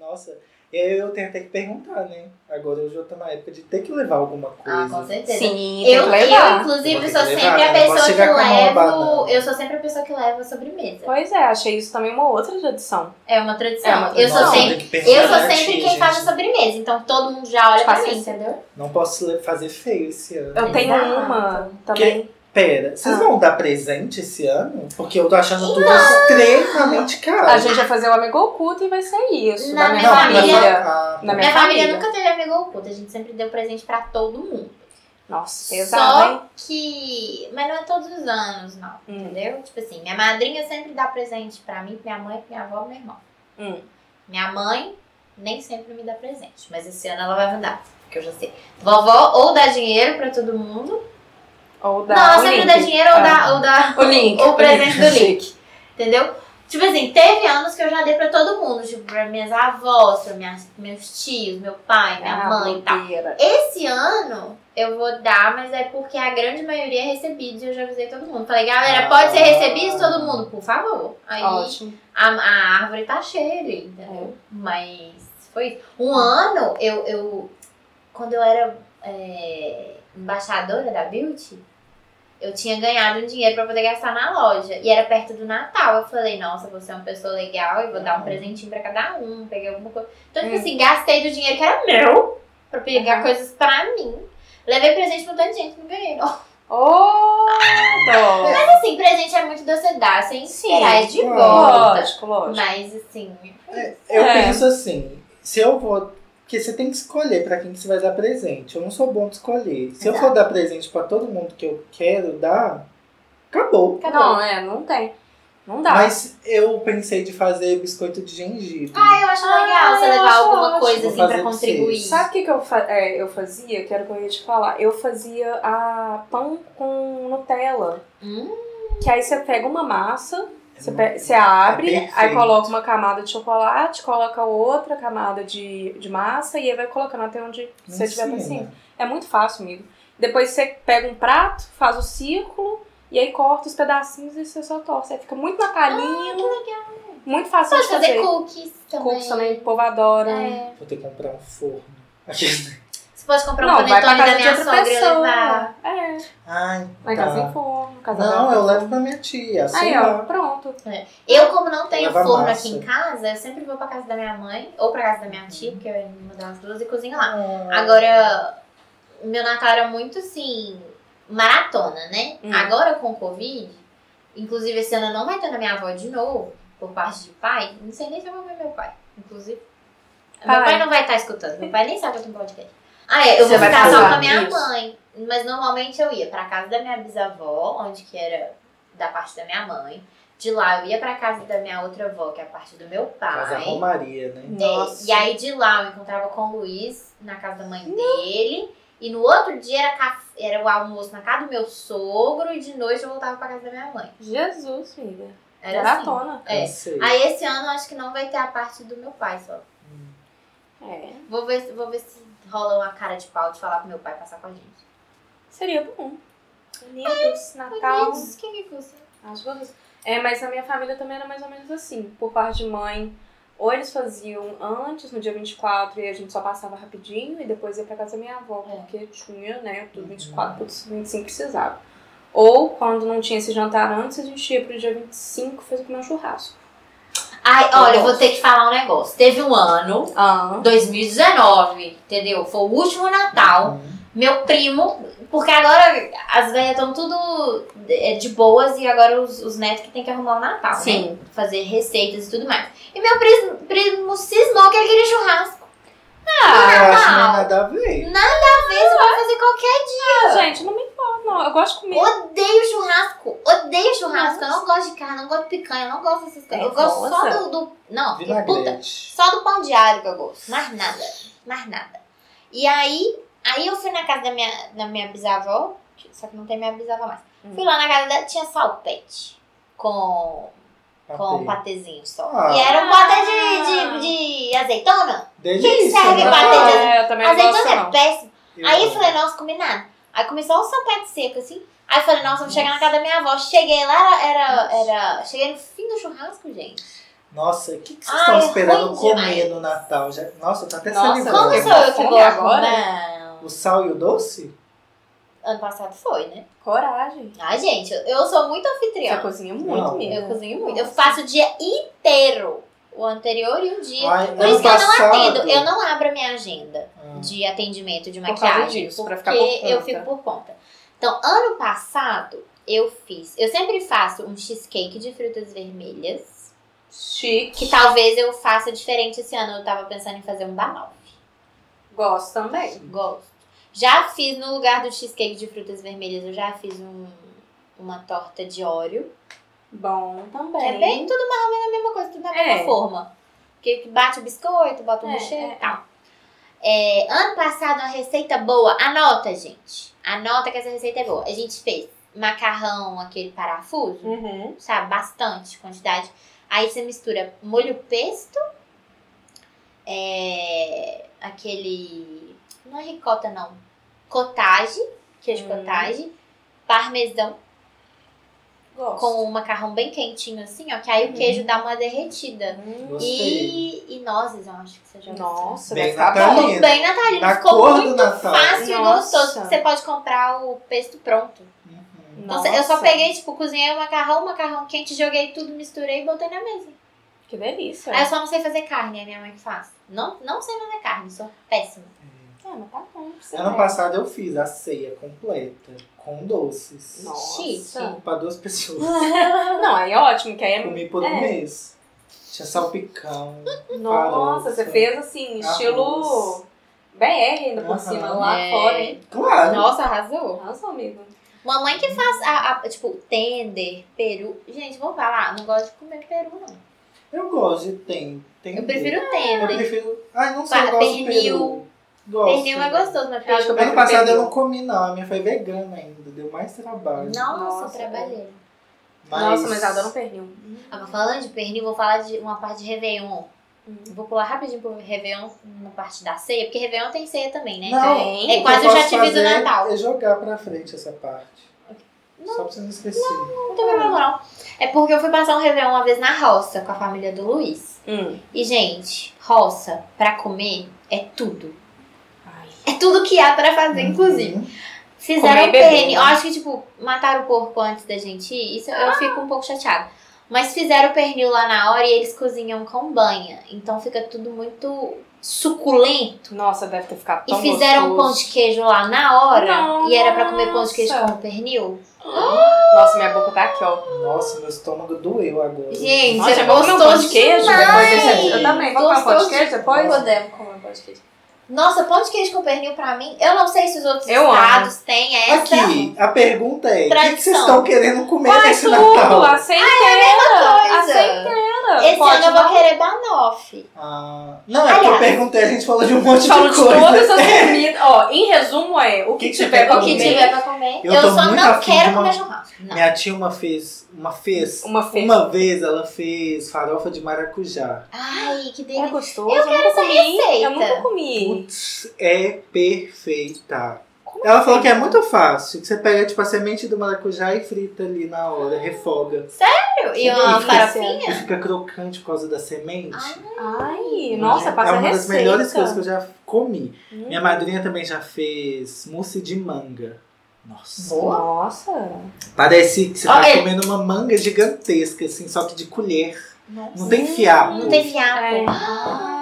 Speaker 1: nossa. Eu tenho até que perguntar, né? Agora eu já tô na época de ter que levar alguma coisa.
Speaker 2: Ah, com certeza.
Speaker 3: Sim, tem
Speaker 2: Eu,
Speaker 3: que
Speaker 2: eu,
Speaker 3: levar.
Speaker 1: Vou ter
Speaker 2: inclusive,
Speaker 1: que
Speaker 2: sou
Speaker 1: levar,
Speaker 2: sempre
Speaker 1: né? Não
Speaker 2: a
Speaker 1: posso
Speaker 2: pessoa que
Speaker 1: chegar com a mão
Speaker 2: levo.
Speaker 1: abanada.
Speaker 2: Eu sou sempre a pessoa que leva a sobremesa.
Speaker 3: Pois é, achei isso também uma outra tradição.
Speaker 2: É uma tradição.
Speaker 3: É uma
Speaker 2: eu sou
Speaker 3: tradição.
Speaker 2: sempre.
Speaker 1: tem que perguntar
Speaker 2: Eu sou
Speaker 1: pra
Speaker 2: sempre
Speaker 1: tia,
Speaker 2: quem
Speaker 1: é gente.
Speaker 2: faz a sobremesa, então todo mundo já olha pra
Speaker 3: Faço
Speaker 2: mim,
Speaker 3: isso.
Speaker 2: entendeu?
Speaker 1: Não posso le- fazer feio esse ano.
Speaker 3: Eu tenho
Speaker 2: Exato.
Speaker 3: uma também.
Speaker 1: Pera, vocês
Speaker 3: Ah.
Speaker 1: vão dar presente esse ano? Porque eu tô achando tudo extremamente caro.
Speaker 3: A gente vai fazer o amigo oculto e vai ser isso.
Speaker 2: tá Na
Speaker 3: da minha
Speaker 2: minha
Speaker 3: família.
Speaker 2: família.
Speaker 1: Ah,
Speaker 3: Na
Speaker 2: Minha
Speaker 3: minha
Speaker 2: família,
Speaker 3: família.
Speaker 2: nunca teve amigo oculto, a gente sempre deu presente pra todo mundo.
Speaker 3: Nossa,
Speaker 2: Só
Speaker 3: pesado, hein?
Speaker 2: que. Mas não é todos os anos, não.
Speaker 3: Hum.
Speaker 2: Entendeu? Tipo assim, minha madrinha sempre dá presente pra mim, pra minha mãe, pra minha avó, pro meu irmão.
Speaker 3: Hum.
Speaker 2: Minha mãe nem sempre me dá presente, mas esse ano ela vai mandar, porque eu já sei. Vovó ou dá dinheiro pra todo mundo.
Speaker 3: Ou dá
Speaker 2: não, ela
Speaker 3: o
Speaker 2: sempre
Speaker 3: link.
Speaker 2: dá dinheiro ou
Speaker 3: Ah.
Speaker 2: dá. Ou dá
Speaker 3: O link.
Speaker 2: o presente do link.
Speaker 3: Chique.
Speaker 2: Entendeu? Tipo assim, teve anos que eu já dei pra todo mundo, tipo, pra minhas avós, pra minhas, meus tios, meu pai, minha
Speaker 3: Ah,
Speaker 2: mãe tá. e tal.
Speaker 3: blogueira.
Speaker 2: Esse ano eu vou dar, mas é porque a grande maioria é recebida e eu já avisei todo mundo. Falei, galera, pode ser recebido todo mundo, por favor. Aí
Speaker 3: Ah. Ótimo.
Speaker 2: a, a árvore tá cheia ali,
Speaker 3: É.
Speaker 2: entendeu? Mas foi isso. Um ano eu, eu quando eu era é, embaixadora da Beauty, eu tinha ganhado um dinheiro pra poder gastar na loja. E era perto do Natal. Eu falei, nossa, você é uma pessoa legal e vou dar um
Speaker 1: Uhum.
Speaker 2: presentinho pra cada um, peguei alguma coisa. Então, tipo
Speaker 3: Hum.
Speaker 2: assim, gastei do dinheiro que era meu pra pegar
Speaker 3: Uhum.
Speaker 2: coisas pra mim. Levei presente pra um tanto de gente, não ganhei, não.
Speaker 3: Oh, dó.
Speaker 2: Mas assim, presente é muito docedar, sem
Speaker 3: Sim,
Speaker 2: esperar é de
Speaker 1: claro.
Speaker 2: volta.
Speaker 3: Lógico, lógico.
Speaker 2: Mas assim,
Speaker 1: Eu
Speaker 3: É.
Speaker 1: penso assim, se eu vou. Porque você tem que escolher pra quem que você vai dar presente. Eu não sou bom de escolher. Se eu
Speaker 2: Exato.
Speaker 1: for dar presente pra todo mundo que eu quero dar, acabou.
Speaker 2: acabou.
Speaker 3: Não, é, não tem. Não dá.
Speaker 1: Mas eu pensei de fazer biscoito de gengibre.
Speaker 2: Ah, eu acho legal
Speaker 3: Ah,
Speaker 2: você
Speaker 3: eu
Speaker 2: levar
Speaker 3: acho
Speaker 2: alguma
Speaker 3: ótimo.
Speaker 2: coisa
Speaker 1: Vou
Speaker 2: assim pra
Speaker 1: fazer pra
Speaker 2: contribuir.
Speaker 1: vocês.
Speaker 3: Sabe o que, que eu, fa- é, eu fazia? Que era o que eu ia te falar. Eu fazia a pão com Nutella.
Speaker 2: Hum,
Speaker 3: Que aí você pega uma massa, você,
Speaker 1: Hum,
Speaker 3: pe- você abre,
Speaker 1: é
Speaker 3: aí
Speaker 1: perfeito.
Speaker 3: coloca uma camada de chocolate, coloca outra camada de, de massa e aí vai colocando até onde
Speaker 1: Me
Speaker 3: você tiver
Speaker 1: ensina.
Speaker 3: paciência. É muito fácil, amigo. Depois você pega um prato, faz o círculo e aí corta os pedacinhos e você só torce. Aí fica muito natalino. Muito fácil
Speaker 2: Pode
Speaker 3: de fazer.
Speaker 2: fazer cookies também.
Speaker 3: Cookies também, o povo adora.
Speaker 2: É.
Speaker 1: Vou ter que comprar um forno.
Speaker 2: Você pode comprar um
Speaker 3: Não, vai pra
Speaker 2: panetone da
Speaker 3: casa de
Speaker 2: minha
Speaker 3: outra
Speaker 2: sogra e
Speaker 3: pessoa.
Speaker 2: levar.
Speaker 3: É. assim
Speaker 1: Ai,
Speaker 3: Vai em casa em
Speaker 1: tá.
Speaker 3: forno, casa
Speaker 1: Não,
Speaker 3: branca.
Speaker 1: eu levo pra minha tia. Assim,
Speaker 3: assim Aí, ó, pronto.
Speaker 2: Eu, como não tenho
Speaker 1: Leva
Speaker 2: forno
Speaker 1: massa.
Speaker 2: aqui em casa, eu sempre vou pra casa da minha mãe ou pra casa da minha tia, porque eu ia mudar as duas e cozinho lá. Agora, meu Natal era muito assim, maratona, né?
Speaker 3: Hum.
Speaker 2: Agora com o Covid, inclusive esse ano não vai ter na minha avó de novo, por parte de pai. Não sei nem se eu vou ver meu pai, inclusive.
Speaker 3: Pai.
Speaker 2: Meu pai não vai estar escutando, meu pai nem sabe que eu tenho podcast. Ah, é, eu
Speaker 3: Você
Speaker 2: vou
Speaker 3: vai
Speaker 2: ficar só
Speaker 3: falar
Speaker 2: com a minha
Speaker 3: isso?
Speaker 2: mãe. Mas normalmente eu ia pra casa da minha bisavó, onde que era da parte da minha mãe. De lá eu ia pra casa da minha outra avó, que é a parte do meu pai.
Speaker 1: Casa Ah, Romaria, né?
Speaker 2: É, E aí de lá eu encontrava com o Luiz na casa da mãe dele. E no outro dia era, caf- era o almoço na casa do meu sogro e de noite eu voltava pra casa da minha mãe.
Speaker 3: Jesus, filha.
Speaker 2: Era assim.
Speaker 3: Maratona.
Speaker 2: É.
Speaker 1: Cansei.
Speaker 2: Aí esse ano eu acho que não vai ter a parte do meu pai só.
Speaker 3: É.
Speaker 2: Vou ver, se- vou ver se rola uma cara de pau de falar pro meu pai passar com a gente.
Speaker 3: Seria bom. Unidos, Natal.
Speaker 2: Mas o é que que custa?
Speaker 3: As duas. É, mas a minha família também era mais ou menos assim. Por parte de mãe, ou eles faziam antes, no dia 24, e a gente só passava rapidinho, e depois ia pra casa da minha avó,
Speaker 2: É.
Speaker 3: porque tinha, né,
Speaker 1: Uhum.
Speaker 3: do 24 pro 25 precisava. Ou, quando não tinha esse jantar antes, a gente ia pro dia 25 e fez comer um churrasco.
Speaker 2: Ai, olha, eu vou
Speaker 3: gosto.
Speaker 2: ter que falar um negócio. Teve um ano,
Speaker 3: Ah.
Speaker 2: 2019, entendeu? Foi o último Natal.
Speaker 3: Uhum.
Speaker 1: Hum.
Speaker 2: Meu primo, porque agora as velhas estão tudo é, de boas e agora os, os netos que tem que arrumar o Natal, né?
Speaker 3: Sim.
Speaker 2: Fazer receitas e tudo mais. E meu primo, primo cismou que ele queria churrasco.
Speaker 3: Ah,
Speaker 1: Eu acho que não
Speaker 2: Natal.
Speaker 1: é nada a ver.
Speaker 2: Talvez eu vou fazer qualquer
Speaker 3: Ah, gente, não me importa, não. Eu gosto de comer.
Speaker 2: Odeio churrasco. Odeio churrasco. Eu não gosto de carne, não gosto de picanha, não gosto dessas coisas. Eu gosto só
Speaker 3: Nossa.
Speaker 2: do. do- não, que puta.
Speaker 1: Vinagrete.
Speaker 2: Só do pão de alho que eu gosto. Mais nada. Mais nada. E aí, aí eu fui na casa da minha, da minha bisavó, que- só que não tem minha bisavó mais.
Speaker 3: Hum.
Speaker 2: Fui lá na casa dela, tinha salpete com, com um
Speaker 1: Patê.
Speaker 2: patezinho só.
Speaker 1: Ah.
Speaker 2: E era um patê
Speaker 3: Ah.
Speaker 2: de, de, de azeitona. Quem
Speaker 1: Delícia,
Speaker 2: serve
Speaker 1: né?
Speaker 2: patê de azeitona?
Speaker 3: é, eu também não gosto,
Speaker 2: azeitona é
Speaker 3: não.
Speaker 2: péssimo.
Speaker 1: Eu
Speaker 2: Aí eu
Speaker 1: amo.
Speaker 2: falei, nossa, comi nada. Aí começou um salpete seco, assim. Aí eu falei, nossa, vou chegar na casa da minha avó. Cheguei lá, era. era, era- cheguei no fim do churrasco, gente.
Speaker 1: Nossa, o que, que vocês
Speaker 2: Ai,
Speaker 1: estão
Speaker 2: é
Speaker 1: esperando
Speaker 2: ruim
Speaker 1: comer
Speaker 2: demais.
Speaker 1: no Natal? Já... Nossa, tá até
Speaker 3: Nossa,
Speaker 1: salivando.
Speaker 2: Como
Speaker 3: eu
Speaker 2: sou eu que
Speaker 3: fome
Speaker 2: vou
Speaker 3: agora?
Speaker 2: arrumar?
Speaker 1: O sal e o doce?
Speaker 2: Ano passado foi, né?
Speaker 3: Coragem.
Speaker 2: Ai, gente, eu, eu sou muito
Speaker 3: Você
Speaker 2: anfitriã.
Speaker 3: cozinha muito
Speaker 1: Não.
Speaker 3: mesmo.
Speaker 2: Eu cozinho muito. Eu
Speaker 3: Nossa.
Speaker 2: passo o dia inteiro. O anterior e o dia.
Speaker 1: Ai,
Speaker 2: Por isso
Speaker 1: ano
Speaker 2: que eu não
Speaker 1: passado-
Speaker 2: atendo. Eu não abro a minha agenda.
Speaker 1: Ah,
Speaker 2: de atendimento de
Speaker 3: Por causa
Speaker 2: maquiagem.
Speaker 3: disso, pra
Speaker 2: porque
Speaker 3: ficar por conta.
Speaker 2: eu fico por conta. Então, ano passado, eu fiz. Eu sempre faço um cheesecake de frutas vermelhas.
Speaker 3: Chique.
Speaker 2: Que talvez eu faça diferente esse ano. Eu tava pensando em fazer um banal.
Speaker 3: Gosto também.
Speaker 2: Gosto. Já fiz no lugar do cheesecake de frutas vermelhas, eu já fiz um, uma torta de óleo.
Speaker 3: Bom também.
Speaker 2: É bem tudo mais ou menos a mesma coisa, tudo na
Speaker 3: É.
Speaker 2: mesma forma. Porque bate o biscoito, bota o
Speaker 3: É,
Speaker 2: recheio
Speaker 3: é.
Speaker 2: e tal. É, ano passado, uma receita boa. Anota, gente. Anota que essa receita é boa. A gente fez macarrão, aquele parafuso,
Speaker 3: Uhum.
Speaker 2: sabe? Bastante quantidade. Aí você mistura molho pesto, é, aquele. Não é ricota, não. Cottage, queijo
Speaker 3: Hum.
Speaker 2: cottage, parmesão
Speaker 3: Gosto.
Speaker 2: com o macarrão bem quentinho assim, ó, que aí o queijo dá uma derretida.
Speaker 3: Hum.
Speaker 1: Uhum. Gostei.
Speaker 2: E, e nozes, eu acho que você já
Speaker 3: Nossa,
Speaker 1: Bem
Speaker 3: vai ficar
Speaker 1: natalino.
Speaker 3: bom.
Speaker 2: Ficou bem natalino,
Speaker 1: Na
Speaker 2: ficou
Speaker 1: cor do
Speaker 2: muito
Speaker 1: Natal.
Speaker 2: fácil
Speaker 3: Nossa.
Speaker 2: e gostoso. Você pode comprar o pesto pronto.
Speaker 1: Uhum.
Speaker 2: Então, cê- eu só peguei, tipo, cozinhei o macarrão, o macarrão quente, joguei tudo, misturei e botei na mesa.
Speaker 3: Que delícia.
Speaker 2: Aí eu só não sei fazer carne, é minha mãe que faz. Não, não sei fazer carne, sou péssima.
Speaker 3: Ah, mas tá bom. você
Speaker 1: Ano
Speaker 3: vai.
Speaker 1: passado eu fiz a ceia completa, com doces.
Speaker 3: Nossa.
Speaker 2: Chique.
Speaker 1: Pra duas pessoas.
Speaker 3: Não, aí é ótimo, que aí é...
Speaker 1: Comi por um
Speaker 3: É.
Speaker 1: mês. Tinha salpicão.
Speaker 3: Nossa,
Speaker 1: Farofa.
Speaker 3: você fez assim, estilo...
Speaker 1: Arroz.
Speaker 3: BR ainda por
Speaker 1: Aham.
Speaker 3: cima, lá
Speaker 2: É.
Speaker 3: fora, hein?
Speaker 1: Claro.
Speaker 2: Nossa, arrasou.
Speaker 3: Arrasou, amigo.
Speaker 2: Mamãe que faz, a, a- tipo, tender, peru. Gente, vou falar, não gosto de comer peru, não.
Speaker 1: Eu gosto de tem. tem
Speaker 2: Eu prefiro
Speaker 1: Eu
Speaker 2: tender.
Speaker 1: prefiro. Ai, não sei,
Speaker 2: Para-
Speaker 1: eu gosto de
Speaker 2: pernil.
Speaker 1: peru. Gosto. né?
Speaker 2: Pernil é gostoso, mas
Speaker 3: Eu acho que
Speaker 2: peru...
Speaker 3: eu
Speaker 1: Ano
Speaker 3: prefiro
Speaker 1: passado
Speaker 3: pernil.
Speaker 1: eu não comi, não. A minha foi vegana ainda. Deu mais trabalho.
Speaker 2: Nossa,
Speaker 3: Nossa,
Speaker 2: trabalhei.
Speaker 1: Mas...
Speaker 3: Nossa, mas eu adoro um pernil.
Speaker 2: Ah, mas falando de pernil, vou falar de uma parte de Réveillon. Vou pular rapidinho pro Réveillon na parte da ceia, porque Réveillon tem ceia também, né?
Speaker 1: Não,
Speaker 3: Tem.
Speaker 2: É
Speaker 1: O que
Speaker 2: quase
Speaker 1: eu
Speaker 2: o já
Speaker 1: posso
Speaker 2: tive do
Speaker 1: fazer
Speaker 2: Natal.
Speaker 1: É jogar pra frente essa parte. Só pra você não esquecer.
Speaker 2: Não tem problema, não. É porque eu fui passar um Réveillon uma vez na roça com a família do Luiz.
Speaker 3: Hum.
Speaker 2: E, gente, roça pra comer é tudo.
Speaker 3: Ai.
Speaker 2: É tudo que há pra fazer, inclusive.
Speaker 1: Uhum.
Speaker 2: Fizeram
Speaker 3: Comer e beber,
Speaker 2: pene.
Speaker 3: né? Ah.
Speaker 2: Eu acho que, tipo, mataram o porco antes da gente ir. Isso eu fico um pouco chateada. Mas fizeram o pernil lá na hora e eles cozinham com banha. Então fica tudo muito suculento.
Speaker 3: Nossa, deve ter ficado
Speaker 2: E
Speaker 3: tão
Speaker 2: fizeram um
Speaker 3: gostoso.
Speaker 2: pão de queijo lá na hora. E era pra comer pão de queijo
Speaker 3: Nossa.
Speaker 2: com pernil.
Speaker 3: Nossa, minha boca tá aqui, ó.
Speaker 1: Nossa, meu estômago doeu agora.
Speaker 2: Gente,
Speaker 3: Nossa,
Speaker 2: é
Speaker 3: vamos comer um
Speaker 2: gostoso
Speaker 3: pão de queijo?
Speaker 2: demais.
Speaker 3: Depois desse- eu também. Vamos comer um pão de queijo depois?
Speaker 4: Podemos
Speaker 2: um
Speaker 4: comer podcast.
Speaker 2: Nossa, pão de queijo com pernil pra mim. Eu não sei se os outros
Speaker 3: Eu amo.
Speaker 2: estados têm essa.
Speaker 1: Aqui, a pergunta é: o que que vocês
Speaker 2: Tradição. Ah,
Speaker 1: estão querendo comer
Speaker 3: Faz
Speaker 1: nesse
Speaker 3: tudo,
Speaker 1: Natal?
Speaker 3: a ceia inteira. A
Speaker 2: é coisa.
Speaker 3: ceia inteira.
Speaker 2: Esse
Speaker 3: Ah, Pode
Speaker 2: ano eu vou
Speaker 3: não.
Speaker 2: querer banoffee.
Speaker 1: Ah, não, é porque eu
Speaker 2: Aliás.
Speaker 1: perguntei, a gente falou de um monte de
Speaker 3: Falo de
Speaker 1: coisa.
Speaker 3: todas as comidas. Ó, em resumo é o que,
Speaker 1: Que que você
Speaker 3: tiver
Speaker 1: quer
Speaker 3: pra
Speaker 2: O
Speaker 3: comer.
Speaker 2: que tiver pra comer.
Speaker 1: Eu
Speaker 2: Eu,
Speaker 1: tô
Speaker 2: só
Speaker 1: muito
Speaker 2: não
Speaker 1: afim de
Speaker 2: quero
Speaker 1: uma-
Speaker 2: comer churrasco. Não.
Speaker 1: Minha tia uma fez, uma fez,
Speaker 3: Uma feira.
Speaker 1: uma vez ela fez farofa de maracujá.
Speaker 2: Ai, que
Speaker 3: É
Speaker 2: delícia.
Speaker 3: gostoso. Eu, quero nunca
Speaker 2: essa
Speaker 3: comi.
Speaker 2: receita.
Speaker 3: Eu nunca comi.
Speaker 1: Putz, é perfeita. Ela falou
Speaker 3: assim?
Speaker 1: que é muito fácil, que você pega tipo a semente do maracujá e frita ali na hora, refoga.
Speaker 2: Sério? E uma
Speaker 1: Sim. E
Speaker 2: farofinha?
Speaker 1: fica crocante por causa da semente.
Speaker 2: Ah,
Speaker 3: Ai, nossa,
Speaker 1: é
Speaker 3: passa
Speaker 1: uma
Speaker 3: receita.
Speaker 1: das melhores coisas que eu já comi.
Speaker 3: Hum.
Speaker 1: Minha madrinha também já fez mousse de manga. Nossa.
Speaker 3: Nossa.
Speaker 1: Parece que você tá
Speaker 2: Olha.
Speaker 1: comendo uma manga gigantesca, assim, só que de colher.
Speaker 2: Nossa.
Speaker 1: Não tem fiapo.
Speaker 2: Não tem fiapo.
Speaker 3: É.
Speaker 2: Ai.